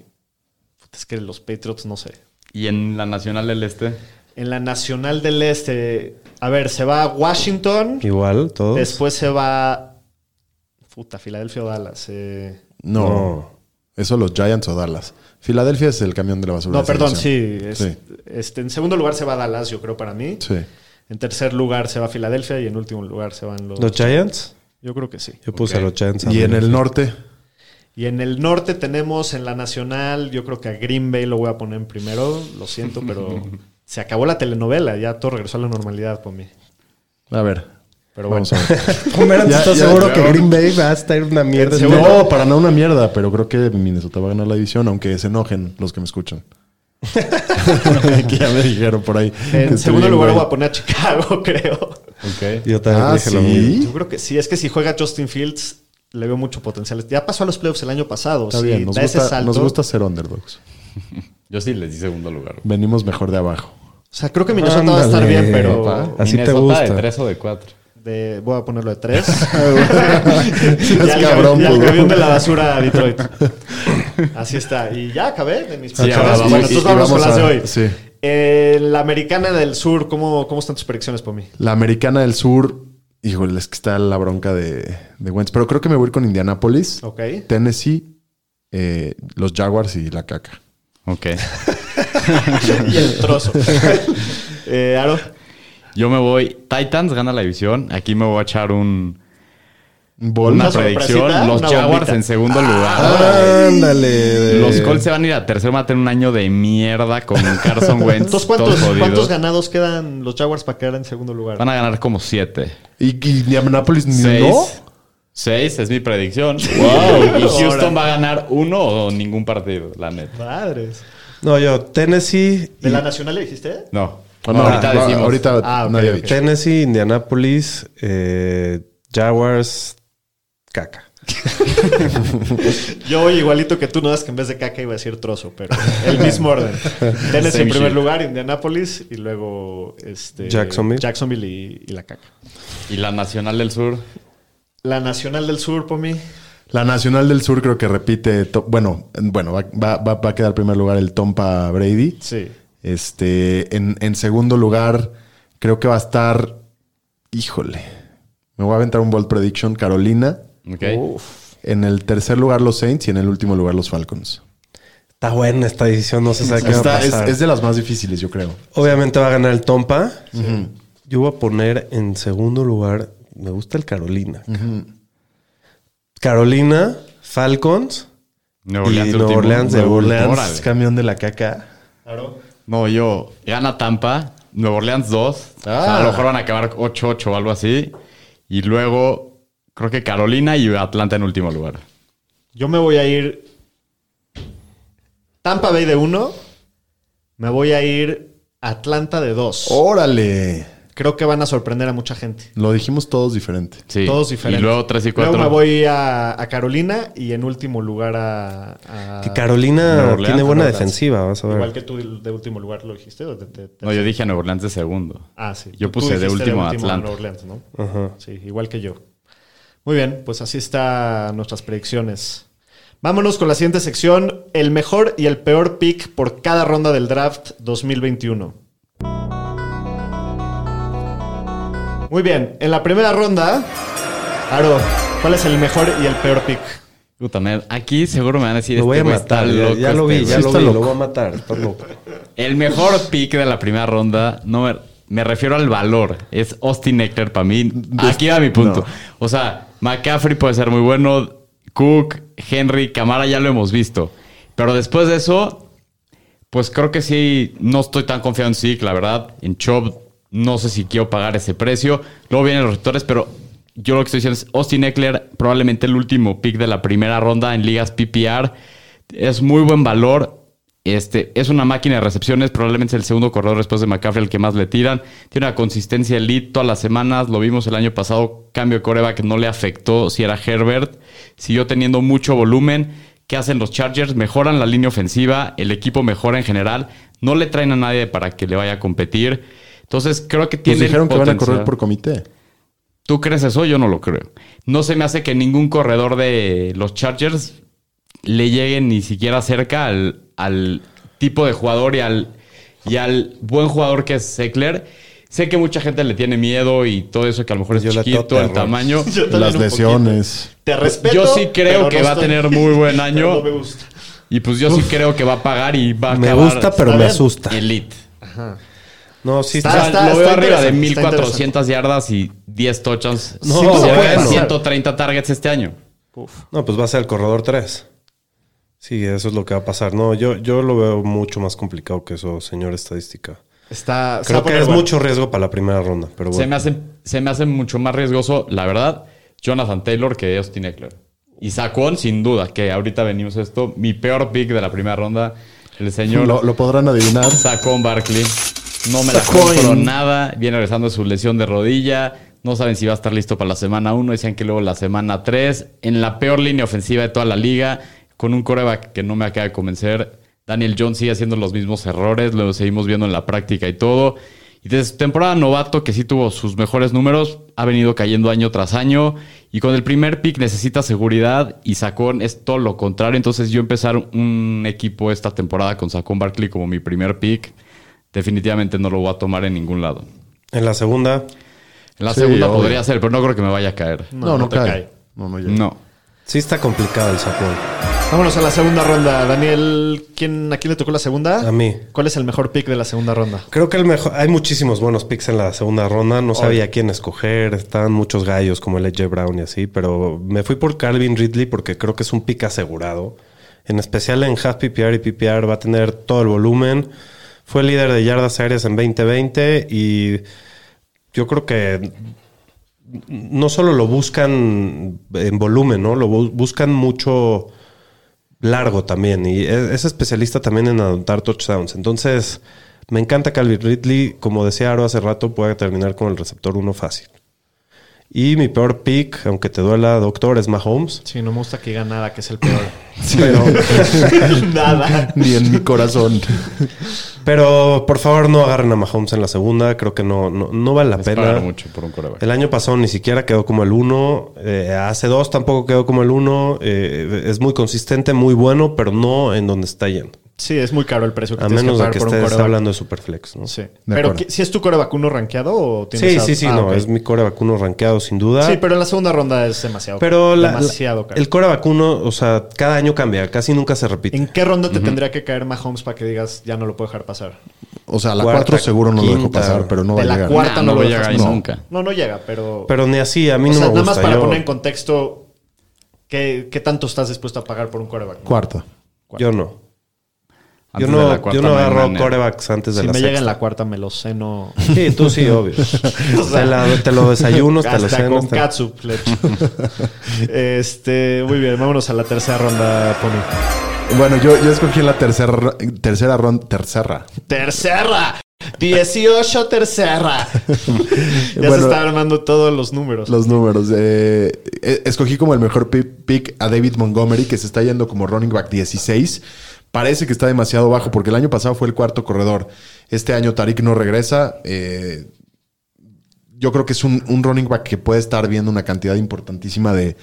B: Puta, Es que los Patriots, no sé.
E: Y en la Nacional del Este.
B: En la Nacional del Este. A ver, se va a Washington.
D: Igual, todos.
B: Después se va. Puta, Filadelfia o Dallas. eh.
C: No. Eso los Giants o Dallas. Filadelfia es el camión de la basura.
B: No,
C: de
B: perdón, sí.
C: selección.
B: es-
C: Sí.
B: Este, en segundo lugar se va a Dallas, yo creo, para mí.
C: Sí.
B: En tercer lugar se va a Filadelfia y en último lugar se van los.
D: ¿Los Giants?
B: Yo creo que sí.
D: Yo puse a los Giants.
C: Y en
D: también.
C: el norte,
B: Y en el norte tenemos en la nacional, yo creo que a Green Bay lo voy a poner en primero, lo siento, pero se acabó la telenovela, ya todo regresó a la normalidad por mí.
C: a ver.
B: Pero bueno,
C: Vamos a ver.
D: Homer,
C: Ya-
D: ¿estás
C: ya-
D: seguro
C: ya-
D: que Green Bay va a estar una mierda?
C: No, para nada una mierda, pero creo que Minnesota va a ganar la división, aunque se enojen los que me escuchan. que ya me dijeron por ahí.
B: en
C: Estoy
B: segundo
C: bien,
B: lugar
C: güey.
B: voy a poner a Chicago, creo.
D: Yo también
C: Ah,
D: dije lo
C: ¿sí?
D: mismo.
B: Yo creo que sí, es que si juega Justin Fields, le veo mucho potencial. Ya pasó a los playoffs el año pasado,
C: Está
B: si
C: bien, nos
B: da ese
C: gusta,
B: salto.
C: nos gusta ser underdogs.
E: Yo sí les di segundo lugar.
C: Venimos mejor de abajo.
B: O sea, creo que Minnesota va a estar
D: Ándale,
B: bien, pero
D: papá. Así te
E: Minnesota
D: gusta.
E: de tres o de cuatro.
B: de- voy a ponerlo de tres.
C: Sí,
B: y
C: es
B: al
C: cabrón,
B: cabrón, y al
C: güey.
B: camión de la basura a Detroit. Así está. Y ya acabé de mis
E: Sí, ya
B: chavadas.
E: vamos.
B: Bueno,
E: Y-
B: entonces
E: y
B: vamos con
C: vamos
B: las de
C: a-
B: hoy.
C: sí.
B: Eh, la americana del sur, ¿cómo, cómo están tus predicciones por mí?
C: La americana del sur, híjole, es que está la bronca de, de Wentz. Pero creo que me voy a ir con Indianapolis,
B: Ok.
C: Tennessee, eh, los Jaguars y la caca.
E: Ok.
B: y el trozo. eh, Aro,
E: Yo me voy. Titans gana la división. Aquí me voy a echar un,
B: Una
E: una
B: sorpresita,
E: predicción. Los
B: una
E: Jaguars
B: bombita. Ah,
E: en segundo lugar.
D: Ah, Ándale.
E: Los Colts se van a ir a tercer mate en un año de mierda con Carson Wentz.
B: entonces,
E: todos
B: ¿cuántos,
E: jodidos.
B: ¿cuántos ganados quedan los Jaguars para quedar en segundo lugar?
E: Van a ganar como siete.
C: ¿Y, y Indianapolis
E: Seis.
C: no?
E: Seis es mi predicción. Wow. Y Houston va a ganar uno o ningún partido, la neta.
B: Madres.
D: No, yo, Tennessee,
B: ¿De la nacional le dijiste?
E: No.
C: No,
E: ahorita
C: no,
E: decimos.
C: ahorita
B: Ah, ok,
C: no había
B: ok.
C: dicho.
D: Tennessee, Indianapolis, eh, Jaguars, caca.
B: Yo igualito que tú, no das que en vez de caca iba a decir trozo, pero el mismo orden. Tennessee en
E: Same
B: primer
E: shit.
B: lugar, Indianapolis y luego este,
D: Jacksonville.
B: Jacksonville y, y la caca.
E: Y la Nacional del Sur.
B: La Nacional del Sur, por mí.
C: La Nacional del Sur creo que repite. to- bueno, bueno, va, va- va- va a quedar en primer lugar el Tompa Brady.
B: Sí.
C: Este, en, en segundo lugar, creo que va a estar. Híjole. Me voy a aventar un bold prediction, Carolina.
E: Ok.
C: En el tercer lugar, los Saints y en el último lugar, los Falcons.
D: Está buena esta edición, no se sabe qué va
C: Esta
D: a
C: es,
D: pasar.
C: es de las más difíciles, yo creo.
D: Obviamente va a ganar el Tompa. Yo voy a poner en segundo lugar, me gusta el Carolina. Carolina, Falcons
E: Nuevo
D: y Nueva
E: último.
D: Orleans de
E: Nuevo
D: Orleans.
E: Órale.
D: Camión de la caca.
B: Claro.
E: No, yo. Gana Tampa. Nueva Orleans 2. O sea, a lo mejor van a acabar 8-8 o algo así. Y luego, creo que Carolina y Atlanta en último lugar.
B: Yo me voy a ir. Tampa Bay de uno. Me voy a ir Atlanta de dos.
E: Oh.
C: ¡Órale!
B: Creo que van a sorprender a mucha gente.
C: Lo dijimos todos diferente.
E: Sí.
B: Todos diferentes.
E: Y luego 3 y 4.
B: Luego me voy a, a Carolina y en último lugar a. a-
D: Que Carolina
E: Nueva Orleans,
D: tiene buena
E: Nueva Orleans.
D: defensiva, vas a ver.
B: Igual que tú de último lugar lo dijiste. ¿o de- de-
E: No, yo dije a Nueva Orleans de segundo.
B: Ah, sí.
E: Yo
B: Tú
E: puse de
B: dijiste
E: último a Atlanta.
B: Nueva Orleans, ¿no? Sí, igual que yo. Muy bien, pues así están nuestras predicciones. Vámonos con la siguiente sección, el mejor y el peor pick por cada ronda del draft 2021. Muy bien, en la primera ronda, Aro, ¿cuál es el mejor y el peor pick?
E: Puta, me- aquí seguro me van a decir.
D: Lo voy a
E: "Este güey
D: matar,
E: está
D: ya,
E: loco
D: ya lo
E: este
D: vi, ya
E: güey".
D: lo
C: está
D: vi,
C: loco.
D: lo voy a matar, está loco.
E: El mejor pick de la primera ronda, no me, me refiero al valor, es Austin Eckler para mí. Aquí va mi punto. O sea, McCaffrey puede ser muy bueno, Cook, Henry, Camara ya lo hemos visto. Pero después de eso, pues creo que sí, no estoy tan confiado en Zeke, la verdad. En Chubb, no sé si quiero pagar ese precio. Luego vienen los receptores, pero yo lo que estoy diciendo es Austin Eckler, probablemente el último pick de la primera ronda en ligas PPR. Es muy buen valor. Este, es una máquina de recepciones, probablemente es el segundo corredor después de McCaffrey el que más le tiran. Tiene una consistencia elite todas las semanas, lo vimos el año pasado, cambio de coreback no le afectó si era Herbert, siguió teniendo mucho volumen. ¿Qué hacen los Chargers? Mejoran la línea ofensiva, el equipo mejora en general, no le traen a nadie para que le vaya a competir. Entonces creo
D: Pues
E: que
C: Nos
E: tienen
C: dijeron que van a
E: potencial.
C: correr por comité.
E: ¿Tú crees eso? Yo no lo creo. No se me hace que ningún corredor de los Chargers le llegue ni siquiera cerca al, al tipo de jugador y al, y al buen jugador que es Eckler. Sé que mucha gente le tiene miedo y todo eso que a lo mejor es
D: Pues Yo le tengo
E: chiquito, el
D: terror.
E: tamaño.
C: Las lesiones.
B: Te respeto.
E: Yo sí
B: pero
E: creo que
B: no
E: va a
B: estoy-
E: tener muy buen
B: pero
E: año.
B: no me gusta.
E: Y pues yo sí creo que va a pagar y va a
D: Me
E: acabar
D: gusta, pero
B: Está
D: me
B: bien.
D: asusta.
E: Elite.
D: No, sí
E: O
D: está.
E: sea,
B: está-
E: lo veo
B: está
E: arriba de
B: interesante, está
E: 1400 yardas y 10 touchdowns.
D: No,
E: Sí, pues,
D: bueno.
E: llegan a 130 targets este año.
D: No, pues va a ser el corredor 3. Sí, eso es lo que va a pasar. No, yo, yo lo veo mucho más complicado que eso, señor estadística.
B: Está,
D: Creo que
B: es
D: es mucho riesgo para la primera ronda, pero bueno.
E: Se, me hace, se me hace mucho más riesgoso, la verdad, Jonathan Taylor que Austin Eckler. Y Saquon, sin duda, que ahorita venimos a esto. Mi peor pick de la primera ronda, el señor
C: Lo, lo podrán adivinar.
E: Saquon Barkley. No me la compro nada. Viene regresando de su lesión de rodilla. No saben si va a estar listo para la semana 1. Decían que luego la semana 3. En la peor línea ofensiva de toda la liga. Con un coreback que no me acaba de convencer. Daniel Jones sigue haciendo los mismos errores. Lo seguimos viendo en la práctica y todo. Y desde su temporada novato, que sí tuvo sus mejores números, ha venido cayendo año tras año. Y con el primer pick necesita seguridad y Sacón es todo lo contrario. Entonces yo empezar un equipo esta temporada con Sacón Barkley como mi primer pick, definitivamente no lo voy a tomar en ningún lado.
D: En la segunda,
E: En la
C: Sí,
E: segunda
C: obvio.
E: podría ser, pero no creo que me vaya a caer.
C: No, no,
B: no te
C: cae.
B: cae.
C: No, no llega.
E: No.
D: sí está complicado el sacón.
B: Vámonos a la segunda ronda. Daniel, ¿quién, ¿a quién le tocó la segunda?
D: A mí.
B: ¿Cuál es el mejor pick de la segunda ronda?
D: Creo que el mejor. Hay muchísimos buenos picks en la segunda ronda. No sabía quién escoger. Estaban muchos gallos como el Edge Brown y así. Pero me fui por Calvin Ridley porque creo que es un pick asegurado. En especial en half PPR y PPR va a tener todo el volumen. Fue líder de yardas aéreas en 2020 y yo creo que no solo lo buscan en volumen, ¿no? Lo bu- buscan mucho largo también. Y e-, es, es especialista también en anotar touchdowns. Entonces, me encanta que Calvin Ridley, como decía Aro hace rato, pueda terminar con el receptor 1 fácil. Y mi peor pick, aunque te duela, doctor, es Mahomes.
B: Sí, no me gusta que diga nada, que es el peor.
D: Pero,
B: nada.
C: Ni en mi corazón.
D: pero, por favor, no agarren a Mahomes en la segunda. Creo que no, no, no vale la
E: Es
D: pena.
E: pagar mucho por un coreback.
D: El año pasado ni siquiera quedó como el 1. hace dos tampoco quedó como el 1. es muy consistente, muy bueno, pero no en donde está yendo.
B: Sí, es muy caro el precio que
D: A
B: tienes
D: menos
B: que
D: de
B: pagar
D: que
B: por un
D: estés
B: coreback.
D: hablando de Superflex. ¿no?
B: Sí.
C: acuerdo.
B: Pero si es tu coreback uno rankeado o tienes
D: sí,
B: a-
D: sí, sí,
B: Ah,
D: no.
B: ok.
D: Es mi core vacuno rankeado sin duda.
B: Sí, pero en la segunda ronda es demasiado.
D: pero la- la-
B: demasiado caro.
D: el core vacuno, o sea, cada año cambia, casi nunca se repite.
B: ¿En qué ronda te tendría que caer Mahomes para que digas ya no lo puedo dejar pasar?
C: O sea, la
D: Cuarta,
C: 4 seguro no lo dejo
D: quinta.
C: pasar, pero no va
B: de
C: a
B: la
C: llegar.
B: cuarta
E: Nah,
B: no,
E: no
B: lo
E: va a
B: dejas
E: llegar ahí
B: pasar.
E: nunca.
B: No, no llega, pero.
D: Pero ni así, a mí
B: o
D: no
B: sea,
D: me
B: nada
D: gusta.
B: más para
D: yo,
B: poner en contexto qué, qué tanto estás dispuesto a pagar por un coreback. ¿no?
C: Cuarta.
D: yo no. Yo
E: Antes de la
D: no,
E: cuarta
D: yo no
E: hay
D: agarro
E: manera.
D: corebacks antes de
B: Si
D: la
B: me llega en
D: sexta.
B: la cuarta, me lo ceno.
D: Sí, tú sí, obvio.
B: sea,
D: te, la- te lo desayuno, te lo
B: Hasta
D: cenas.
B: con
D: te-
B: Katsup, le echo. este, muy bien, vámonos a la tercera ronda, Pony.
C: Bueno, yo, yo escogí en la tercera, tercera ronda. Tercera.
B: ¡Tercera! 18 tercera. ya se
C: Bueno.
B: están armando todos los números.
C: Los números. eh, eh, escogí como el mejor pi- pick a David Montgomery, que se está yendo como running back 16. Parece que está demasiado bajo porque el año pasado fue el cuarto corredor. Este año Tarik no regresa. eh, yo creo que es un, un running back que puede estar viendo una cantidad importantísima de,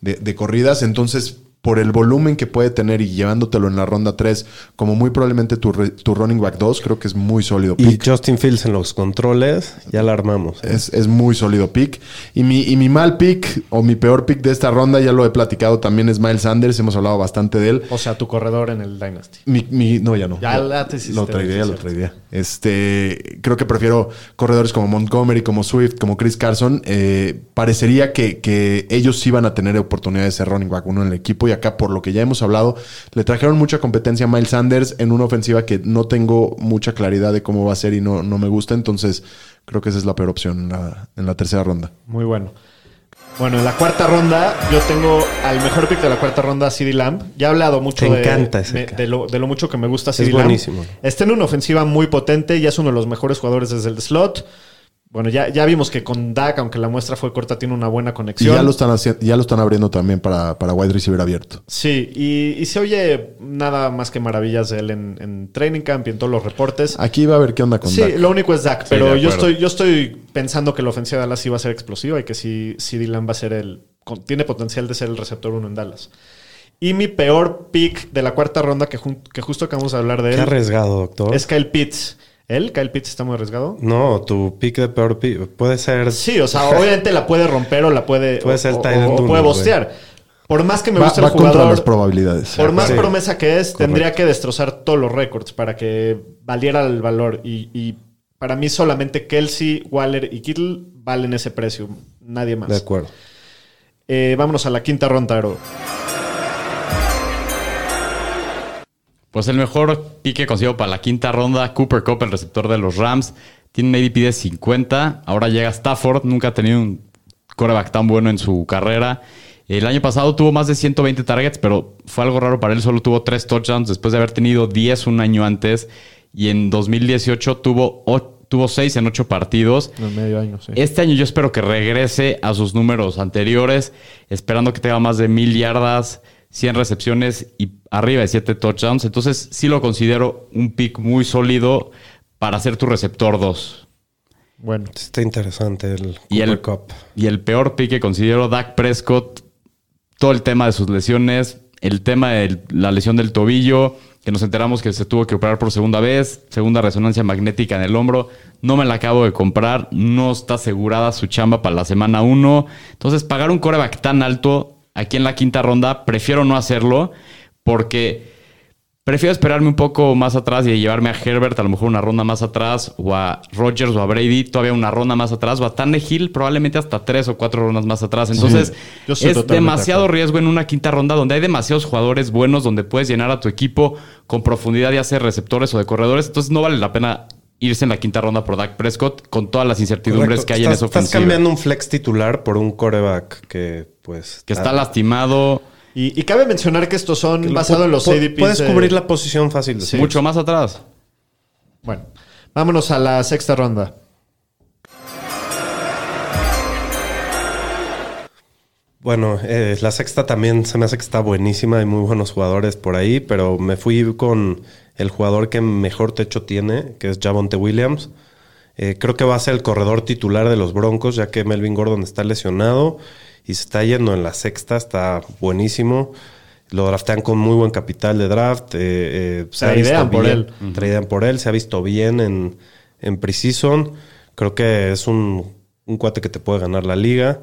C: de- de corridas. Entonces, por el volumen que puede tener y llevándotelo en la ronda 3, como muy probablemente tu, re- tu running back 2, creo que es muy sólido.
D: Y
C: pick.
D: Justin Fields en los controles, ya la armamos.
B: Eh,
C: Es, es muy sólido pick. Y mi, y mi mal pick o mi peor pick de esta ronda, ya lo he platicado también, es Miles Sanders. Hemos hablado bastante de él.
B: O sea, tu corredor en el Dynasty.
C: Mi, mi- no, ya no.
B: Ya la te hiciste,
C: Lo traidé,
B: sí,
C: ya lo
B: cierto.
C: traidé. Este, creo que prefiero corredores como Montgomery, como Swift, como Chris Carson. Eh, parecería que, que ellos sí van a tener oportunidad de ser running back uno en el equipo. Y acá, por lo que ya hemos hablado, le trajeron mucha competencia a Miles Sanders en una ofensiva que no tengo mucha claridad de cómo va a ser y no, no me gusta. Entonces, creo que esa es la peor opción en la, en la tercera ronda.
B: Muy bueno. Bueno, en la cuarta ronda, yo tengo al mejor pick de la cuarta ronda, CD Lamb. Ya he hablado mucho
D: Te
B: de,
D: encanta ese
B: me-
D: cara.
B: de lo, de lo mucho que me gusta CD
D: buenísimo.
B: Está en una ofensiva muy potente y es uno de los mejores jugadores desde el slot. Bueno, ya, ya vimos que con Dak, aunque la muestra fue corta, tiene una buena
C: Y
B: conexión.
C: ya lo están, haci- ya lo están abriendo también para, para wide receiver abierto.
B: Sí, y, y se oye nada más que maravillas de él en, en Training Camp y en todos los reportes.
C: Aquí va a ver qué onda con
B: Sí,
C: Dak.
B: lo único es Dak, pero
E: de
B: yo,
E: acuerdo.
B: estoy, yo estoy pensando que la ofensiva de Dallas sí va a ser explosiva y que sí, sí Dylan va a ser el. con- tiene potencial de ser el receptor uno en Dallas. Y mi peor pick de la cuarta ronda, que, jun- que justo acabamos de hablar de
D: Qué
B: él,
D: arriesgado, doctor.
B: es Kyle Pitts. ¿Él? ¿Kyle Pitts está muy arriesgado?
D: No, tu pick de peor pick puede ser.
B: Sí, o sea, obviamente la puede romper o la puede.
D: Puede ser
B: o-
D: tight end
B: o- o
D: uno,
B: puede
D: güey.
B: bostear. Por más que me
C: Va,
B: guste
C: va
B: el jugador.
C: contra las probabilidades.
B: Por más
D: Sí.
B: promesa que es, tendría que destrozar todos los récords para que valiera el valor. Y, y para mí solamente Kelsey, Waller y Kittle valen ese precio. Nadie
D: De
B: más.
D: acuerdo.
B: Eh, vámonos a la quinta ronda, Aro.
E: Pues el mejor pick que consigo para la quinta ronda, Cooper Cup, el receptor de los Rams. Tiene un ADP de 50. Ahora llega Stafford. Nunca ha tenido un coreback tan bueno en su carrera. El año pasado tuvo más de 120 targets, pero fue algo raro para él. Solo tuvo 3 touchdowns después de haber tenido 10 un año antes. Y en 2018 tuvo, o- tuvo 6 en 8 partidos.
B: medio año, sí.
E: Este año yo espero que regrese a sus números anteriores, esperando que tenga más de mil yardas, 100 recepciones y arriba de 7 touchdowns. Entonces sí lo considero un pick muy sólido para ser tu receptor 2.
B: Bueno.
D: Está interesante el
E: Y
D: Cooper
E: el,
D: Cup.
E: y el peor pick que considero Dak Prescott, todo el tema de sus lesiones, el tema de la lesión del tobillo, que nos enteramos que se tuvo que operar por segunda vez, segunda resonancia magnética en el hombro, no me la acabo de comprar, no está asegurada su chamba para la semana 1. Entonces, pagar un coreback tan alto aquí en la quinta ronda, prefiero no hacerlo porque... Prefiero esperarme un poco más atrás y llevarme a Herbert, a lo mejor una ronda más atrás, o a Rogers o a Brady, todavía una ronda más atrás, o a Tannehill, probablemente hasta tres o cuatro rondas más atrás. Entonces,
B: yo estoy
E: es
B: totalmente de
E: demasiado
B: acuerdo.
E: riesgo en una quinta ronda donde hay demasiados jugadores buenos, donde puedes llenar a tu equipo con profundidad, ya sea receptores o de corredores. Entonces, no vale la pena irse en la quinta ronda por Dak Prescott con todas las incertidumbres
D: Correcto.
E: que hay en
D: Estás-
E: esa ofensiva.
D: Estás cambiando un flex titular por un coreback que, pues.
E: Que está
D: ah,
E: lastimado
B: Y, y cabe mencionar que estos son
D: que lo
B: basados
D: pu-
B: en los
D: pu-
B: ADPs.
D: Puedes
B: eh,
D: cubrir la posición fácil. de-
E: mucho más atrás.
B: Bueno, vámonos a la sexta ronda.
D: Bueno, eh, la sexta también se me hace que está buenísima. Hay muy buenos jugadores por ahí, pero me fui con el jugador que mejor techo tiene, que es Javonte Williams. Eh, creo que va a ser el corredor titular de los Broncos, ya que Melvin Gordon está lesionado y se está yendo en la sexta. Está buenísimo. Lo draftean con muy buen capital de draft. eh, eh, se ha visto
B: Tradean por
D: bien-
B: él.
D: tradean por él. Se ha visto bien en, en preseason. Creo que es un, un cuate que te puede ganar la liga.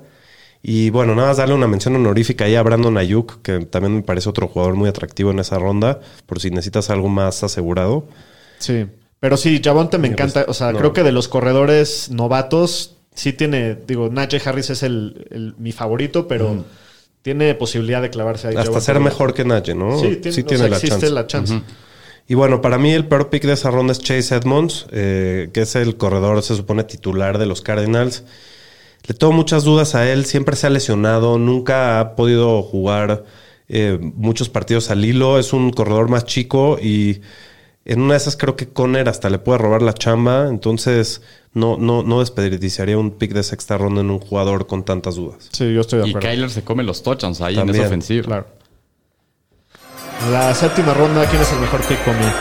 D: Y bueno, nada más darle una mención honorífica ahí a Brandon Ayuk, que también me parece otro jugador muy atractivo en esa ronda, por si necesitas algo más asegurado.
B: Sí. Pero sí, Javonte me
D: Sí, pues,
B: encanta. O sea,
D: no.
B: creo que de los corredores novatos, sí tiene. Digo, Najee Harris es el, el- mi favorito, pero tiene posibilidad de clavarse ahí.
D: Mm. Hasta
B: Javonte
D: ser
B: Williams.
D: mejor que Naye, ¿no?
B: Sí, tiene, o sea, existe la chance.
D: Y bueno, para mí el peor pick de esa ronda es Chase Edmonds, eh, que es el corredor, se supone, titular de los Cardinals. Le tengo muchas dudas a él, siempre se ha lesionado, nunca ha podido jugar eh, muchos partidos al hilo, es un corredor más chico y en una de esas creo que Conner hasta le puede robar la chamba, entonces no, no, no desperdiciaría un pick de sexta ronda en un jugador con tantas dudas.
B: Sí, yo estoy de
E: Y
B: acuerdo.
E: Kyler se come los touchdowns ahí en
D: También,
E: esa ofensiva.
B: Claro. La séptima ronda, ¿quién es el mejor pick conmigo?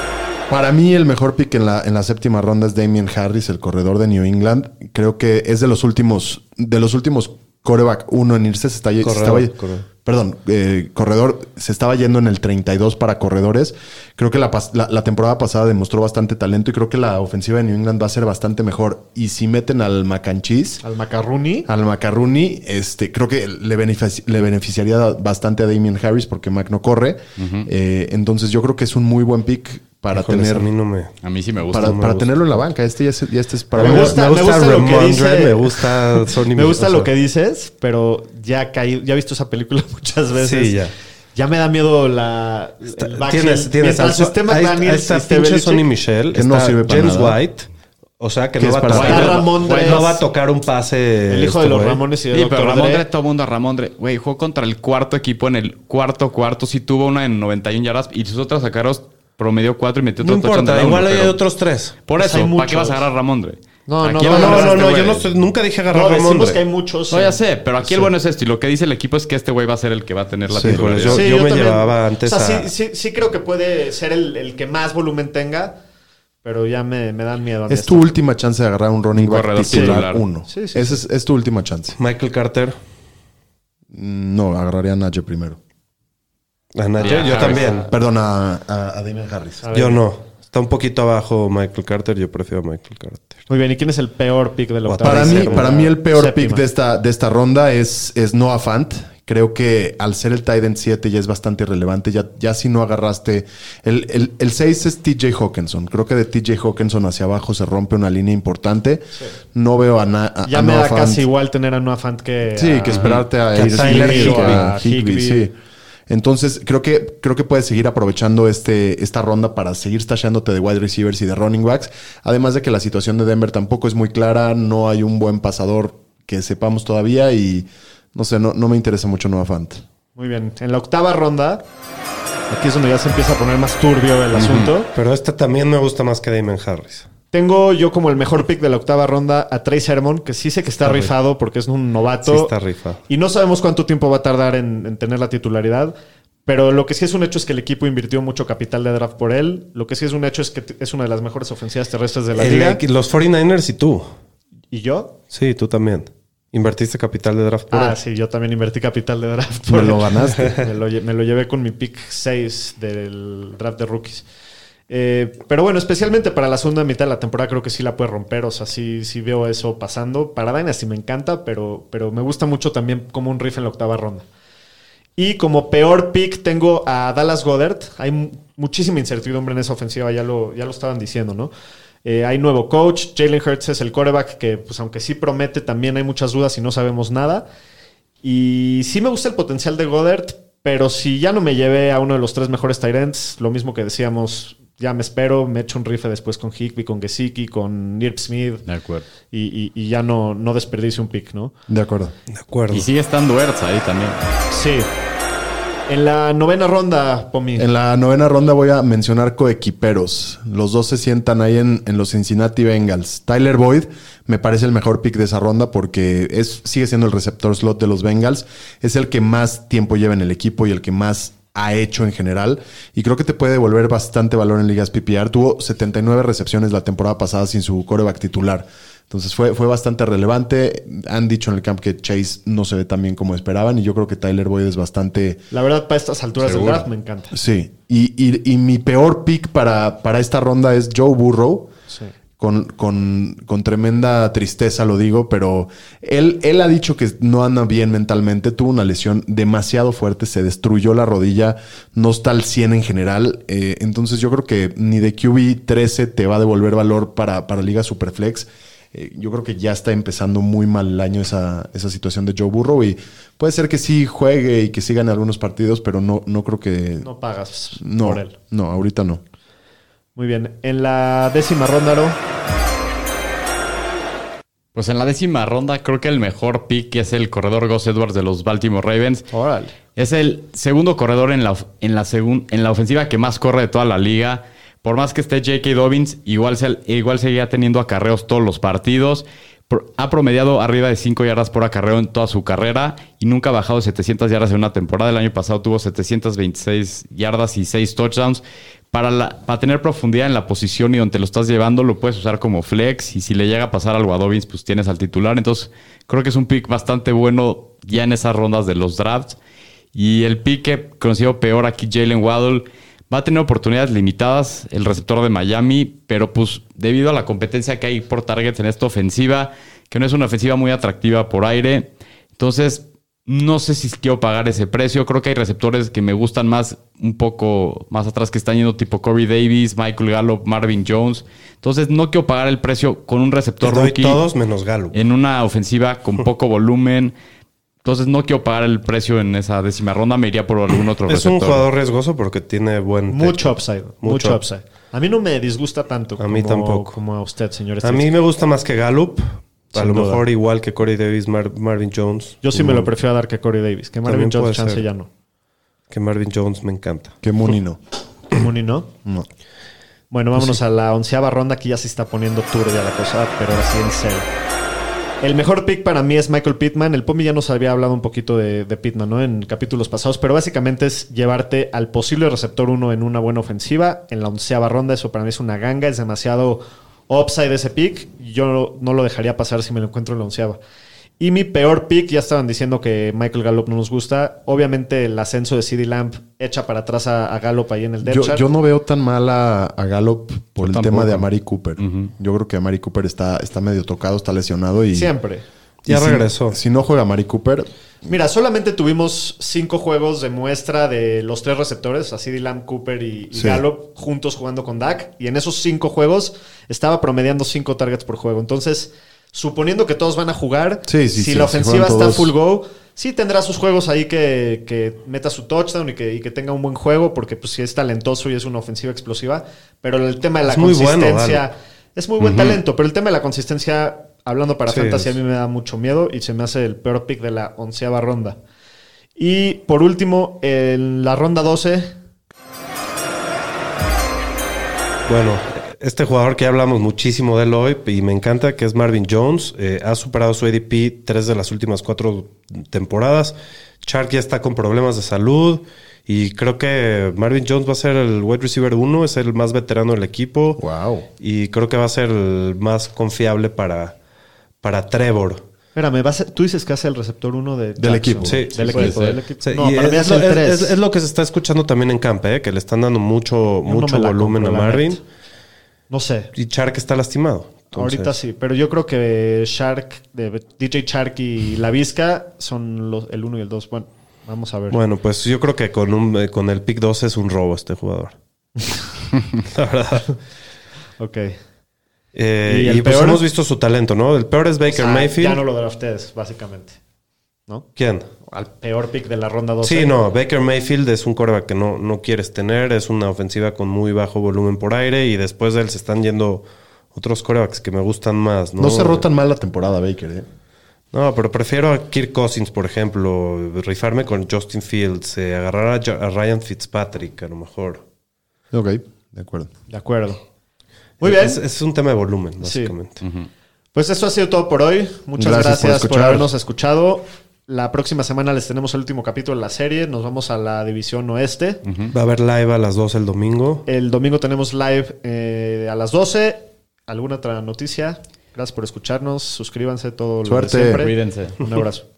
C: Para mí, el mejor pick en la, en la séptima ronda es Damien Harris, el corredor de New England. Creo que es de los últimos, de los últimos coreback uno en irse. Se, está, se
D: Corredor,
C: estaba-
D: corredor.
C: Perdón, eh, corredor se estaba yendo en el 32 para corredores. Creo que la, pas- la- la temporada pasada demostró bastante talento y creo que la ofensiva de New England va a ser bastante mejor. Y si meten al Macanchis,
B: Al Macarruni.
D: Ah,
C: al Macarruni, este, creo que le, benefici- le beneficiaría bastante a Damien Harris porque Mac no corre. Eh, entonces yo creo que es un muy buen pick para
D: Híjoles,
C: tener
D: a mí no me...
E: A mí sí me gusta.
C: para,
D: me
C: para
D: gusta.
C: tenerlo en la banca. Este ya es, ya este es para
B: Me
C: mí.
B: gusta- lo que
D: Ramondre,
B: dice-
D: me gusta Sonny
B: Me
D: Michel,
B: gusta
D: o
B: lo
D: sea.
B: que dices, pero ya he caído- ya he visto esa película muchas veces.
D: Sí, ya.
B: Ya me da miedo la. el backfield.
D: Tienes, tienes.
B: Mientras esté
D: ahí, ahí
B: McDaniels y
D: está
B: esté
D: pinche
B: Belichick,
D: Sonny Michel.
C: que no
D: está
C: sirve para
D: James
C: nada.
D: White. O sea, que
C: Que
D: no
C: es
D: va, a
C: para
D: tocar,
B: nada. Ramondre
D: no va
B: es-
D: a tocar un pase.
B: El hijo
D: este
B: de los
D: güey.
B: Ramones y de
E: Sí,
B: Dr.
E: pero Ramondre,
B: Dre.
E: todo mundo a Ramondre. Güey, jugó contra el cuarto equipo en el cuarto cuarto. Sí tuvo una en 91 yardas y sus otras sacaros promedió cuatro y metió
D: No
E: otro touchdown
D: importa,
E: de
D: igual
E: uno,
D: hay
E: pero-
D: otros tres.
E: Por
B: Pues hay
E: eso, ¿para
B: muchos.
E: qué vas a agarrar a Ramondre?
B: No,
E: ¿A
B: no,
E: quién
B: no,
E: vas a
D: No,
B: no,
E: agarrar a
D: no,
E: este
D: no,
E: güey?
D: yo no estoy- nunca dije agarrar
B: No, decimos
D: Ramondre.
B: que hay muchos.
E: No,
B: eh,
E: ya sé, pero aquí el bueno es esto. Y lo que dice el equipo es que este güey va a ser el que va a tener la
D: Sí,
E: titularidad.
D: Yo- yo me llevaba antes
B: O sea,
D: a-
B: sí, sí, sí creo que puede ser el, el que más volumen tenga, pero ya me, me dan miedo. a mí
C: Es
B: esto.
C: tu última chance de agarrar un running back
E: Corredor
C: titular,
E: titular.
C: uno.
B: Sí, sí,
C: Esa es, es tu última chance.
D: Michael Carter.
C: No, agarraría a Nacho primero.
D: a Nacho,
E: Ah,
D: yo
E: Harris.
D: también.
C: Perdón, a, a, a Damien Harris.
B: A ver.
D: Yo no. Está un poquito abajo Michael Carter. Yo prefiero a Michael Carter.
B: Muy bien, ¿y quién es el peor pick de la octava?
C: Para mí,
D: Séptima.
C: para mí el peor
B: Séptima.
C: pick de esta, de esta ronda es, es Noah Fant. Creo que al ser el tight end 7 ya es bastante irrelevante. Ya, ya si no agarraste... El, el, 6 es TJ Hawkinson. Creo que de TJ Hawkinson hacia abajo se rompe una línea importante. No veo a, na- a-
B: Ya
C: a
B: me
C: Noah
B: da
C: Fant.
B: casi igual tener a Noah Fant que.
C: Sí,
B: a-
C: que esperarte a,
D: Que a
C: Ertz
D: Tyler
C: y
D: Higby.
C: a Higby,
B: Higby.
C: sí. Entonces, creo que, creo que puedes seguir aprovechando este, esta ronda para seguir stashándote de wide receivers y de running backs. Además de que la situación de Denver tampoco es muy clara, no hay un buen pasador que sepamos todavía y no sé, no, no me interesa mucho Noah Fant.
B: Muy bien. En la octava ronda, aquí es donde ya se empieza a poner más turbio el asunto.
D: Pero este también me gusta más que Damon Harris.
B: Tengo yo como el mejor pick de la octava ronda a Trey Sermon, que sí sé que está,
D: Está
B: rifado porque es un novato.
D: Sí está rifado.
B: Y no sabemos cuánto tiempo va a tardar en, en tener la titularidad. Pero lo que sí es un hecho es que el equipo invirtió mucho capital de draft por él. Lo que sí es un hecho es que t- es una de las mejores ofensivas terrestres de la
D: El-
B: liga.
D: los 49ers y tú.
B: ¿Y yo?
D: Sí, tú también. Invertiste capital de draft por
B: Ah,
D: él.
B: sí, yo también invertí capital de draft.
C: Me lo ganaste.
B: me, lo, lle- me lo llevé con mi pick 6 del draft de rookies. Eh, pero bueno, especialmente para la segunda mitad de la temporada creo que sí la puede romper. O sea, sí, sí veo eso pasando. Para Dynasty me encanta, pero, pero me gusta mucho también como un riff en la octava ronda. Y como peor pick tengo a Dallas Goddard. Hay mu- muchísima incertidumbre en esa ofensiva, ya lo, ya lo estaban diciendo, ¿no? Eh, hay nuevo coach, Jalen Hurts es el coreback que, pues aunque sí promete, también hay muchas dudas y no sabemos nada. Y sí me gusta el potencial de Goddard, pero si ya no me llevé a uno de los tres mejores tight ends, lo mismo que decíamos ya me espero, me echo un rifle después con Higby, con Gesicki, con Nirp Smith
E: De acuerdo.
B: y, y- y ya no, no desperdicio un pick, ¿no?
C: De acuerdo.
D: De acuerdo.
E: Y sigue estando Ertz ahí también.
B: Sí. En la novena ronda, Pomi.
C: En la novena ronda voy a mencionar coequiperos. Los dos se sientan ahí en, en los Cincinnati Bengals. Tyler Boyd me parece el mejor pick de esa ronda porque es, sigue siendo el receptor slot de los Bengals. Es el que más tiempo lleva en el equipo y el que más ha hecho en general. Y creo que te puede devolver bastante valor en ligas PPR. Tuvo 79 recepciones la temporada pasada sin su coreback titular. Entonces fue, fue bastante relevante. Han dicho en el camp que Chase no se ve tan bien como esperaban. Y yo creo que Tyler Boyd es bastante...
B: La verdad, para estas alturas
E: Seguro.
B: del draft me encanta.
C: Sí, y, y- y mi peor pick para, para esta ronda es Joe Burrow. Con, con- con tremenda tristeza lo digo, pero él, él ha dicho que no anda bien mentalmente, tuvo una lesión demasiado fuerte, se destruyó la rodilla, no está al 100 en general, eh, entonces yo creo que ni de QB 13 te va a devolver valor para, para Liga Superflex. Eh, yo creo que ya está empezando muy mal el año esa, esa situación de Joe Burrow y puede ser que sí juegue y que sí gane algunos partidos, pero no, no creo que...
B: No pagas
C: No,
B: por él.
C: no, ahorita no.
B: Muy bien. En la décima ronda, Aro,
E: Pues en la décima ronda creo que el mejor pick es el corredor Gus Edwards de los Baltimore Ravens.
B: Órale.
E: Es el segundo corredor en la, of- en la, segun- en la ofensiva que más corre de toda la liga. Por más que esté J.K. Dobbins, igual, se- igual seguía teniendo acarreos todos los partidos. Pro- Ha promediado arriba de 5 yardas por acarreo en toda su carrera y nunca ha bajado de 700 yardas en una temporada. El año pasado tuvo 726 yardas y 6 touchdowns. Para, la- para tener profundidad en la posición y donde te lo estás llevando, lo puedes usar como flex. Y si le llega a pasar algo a Dobbins, pues tienes al titular. Entonces, creo que es un pick bastante bueno ya en esas rondas de los drafts. Y el pick que considero peor aquí, Jalen Waddle, va a tener oportunidades limitadas, el receptor de Miami, pero pues debido a la competencia que hay por targets en esta ofensiva, que no es una ofensiva muy atractiva por aire, entonces no sé si quiero pagar ese precio. Creo que hay receptores que me gustan más, un poco más atrás que están yendo, tipo Corey Davis, Michael Gallup, Marvin Jones. Entonces no quiero pagar el precio con un
D: Te
E: receptor
D: doy
E: rookie
D: todos menos Galo.
E: en una ofensiva con poco volumen. Entonces no quiero pagar el precio en esa décima ronda, me iría por algún otro
D: Es un
E: receptor.
D: jugador riesgoso porque tiene buen. techo.
B: Mucho upside. Mucho.
D: Mucho.
B: upside. A mí no me disgusta tanto
D: A mí
B: como,
D: tampoco.
B: como a usted, señor.
D: A mí me gusta más que Gallup. A
B: Sin
D: lo
B: duda.
D: mejor igual que Corey Davis, Mar- Marvin Jones.
B: Yo sí me lo prefiero a dar que a Corey Davis. Que Marvin
D: También puede
B: Jones chance
D: ser.
B: ya no.
D: Que Marvin Jones me encanta.
C: Que Mooney no.
B: Mooney no.
C: No.
B: Bueno,
C: Pues
B: vámonos a la onceava ronda que ya se está poniendo turbia la cosa, pero así en serio. El mejor pick para mí es Michael Pittman. El Pomi ya nos había hablado un poquito de, de Pittman ¿no? en capítulos pasados, pero básicamente es llevarte al posible receptor uno en una buena ofensiva en la onceava ronda. Eso para mí es una ganga, es demasiado upside ese pick. Yo no lo dejaría pasar si me lo encuentro en la onceava. Y mi peor pick, ya estaban diciendo que Michael Gallup no nos gusta. Obviamente el ascenso de CD Lamp echa para atrás a, a Gallup ahí en el depth
C: Yo,
B: chart.
C: yo no veo tan mal a, a Gallup por el tema
E: Yo tampoco.
C: de Amari Cooper. Yo creo que Amari Cooper está, está medio tocado, está lesionado y.
B: Siempre.
C: y
D: Ya
C: si-
D: regresó.
C: Si no juega Amari Cooper,
B: Mira, solamente tuvimos cinco juegos de muestra de los tres receptores, así Dylan Cooper y, y
C: Sí.
B: Gallup, juntos jugando con Dak. Y en esos cinco juegos estaba promediando cinco targets por juego. Entonces, suponiendo que todos van a jugar,
C: Sí, sí,
B: si
C: sí,
B: la
C: si
B: ofensiva
C: juegan
B: está
C: todos.
B: full go, sí tendrá sus juegos ahí que, que meta su touchdown y que, y que tenga un buen juego, porque pues sí es talentoso y es una ofensiva explosiva. Pero el tema de la
D: Es muy bueno,
B: consistencia. Es muy buen talento, pero el tema de la consistencia, hablando para
D: Sí,
B: fantasy,
D: es-
B: a mí me da mucho miedo y se me hace el peor pick de la onceava ronda. Y por último, en la ronda 12,
D: Bueno, este jugador que ya hablamos muchísimo de él hoy y me encanta que es Marvin Jones. eh, ha superado su ADP tres de las últimas cuatro temporadas. Chark ya está con problemas de salud. Y creo que Marvin Jones va a ser el wide receiver uno, es el más veterano del equipo.
C: wow.
D: Y creo que va a ser el más confiable para, para Trevor.
B: espérame, ¿vas a- tú dices que hace el receptor 1 de Jackson?
C: equipo.
D: Sí,
B: del
D: sí, puede
B: equipo,
E: ser.
B: del equipo.
D: Sí,
B: No,
D: y
B: para
D: es,
B: mí es el
D: es-
B: 3.
D: es- es lo que se está escuchando también en camp, ¿eh? que le están dando mucho,
B: no
D: mucho
B: me la
D: volumen
B: compro,
D: a
B: la
D: Marvin.
B: neta. no sé.
D: Y Chark está lastimado. Entonces,
B: Ahorita sí, pero yo creo que Shark, de DJ Shark y La Vizca son los, el 1 y el 2. Bueno, vamos a ver.
D: Bueno, pues yo creo que con, un, eh, con el pick 2 es un robo este jugador. La verdad.
B: Ok.
D: Eh,
B: ¿Y
D: y
B: el
D: pues
B: peor? Ah,
D: hemos visto su talento, ¿no? El peor es Baker
B: O sea,
D: Mayfield.
B: Ya no lo draftees, básicamente. ¿no?
D: ¿Quién?
B: Al peor pick de la ronda 12.
D: Sí, no, Baker Mayfield es un coreback que no, no quieres tener, es una ofensiva con muy bajo volumen por aire y después de él se están yendo otros corebacks que me gustan más. No,
C: No cerró tan mal la temporada, Baker, ¿eh?
D: No, pero prefiero a Kirk Cousins, por ejemplo, rifarme con Justin Fields, eh, agarrar a, Ja- a Ryan Fitzpatrick, a lo mejor.
C: Ok, de acuerdo.
B: De acuerdo. Muy bien.
D: Eh, Es, es un tema de volumen,
B: Sí.
D: básicamente.
B: Pues eso ha sido todo por hoy. Muchas
C: Gracias por
B: gracias, por,
C: escuchar.
B: habernos escuchado. La próxima semana les tenemos el último capítulo de la serie. Nos vamos a la división oeste.
D: Va a haber live a las 2 el domingo.
B: El domingo tenemos live eh, a las 12. ¿Alguna otra noticia? Gracias por escucharnos. Suscríbanse todo lo de
C: Suerte.
B: siempre.
E: Cuídense.
B: Un abrazo.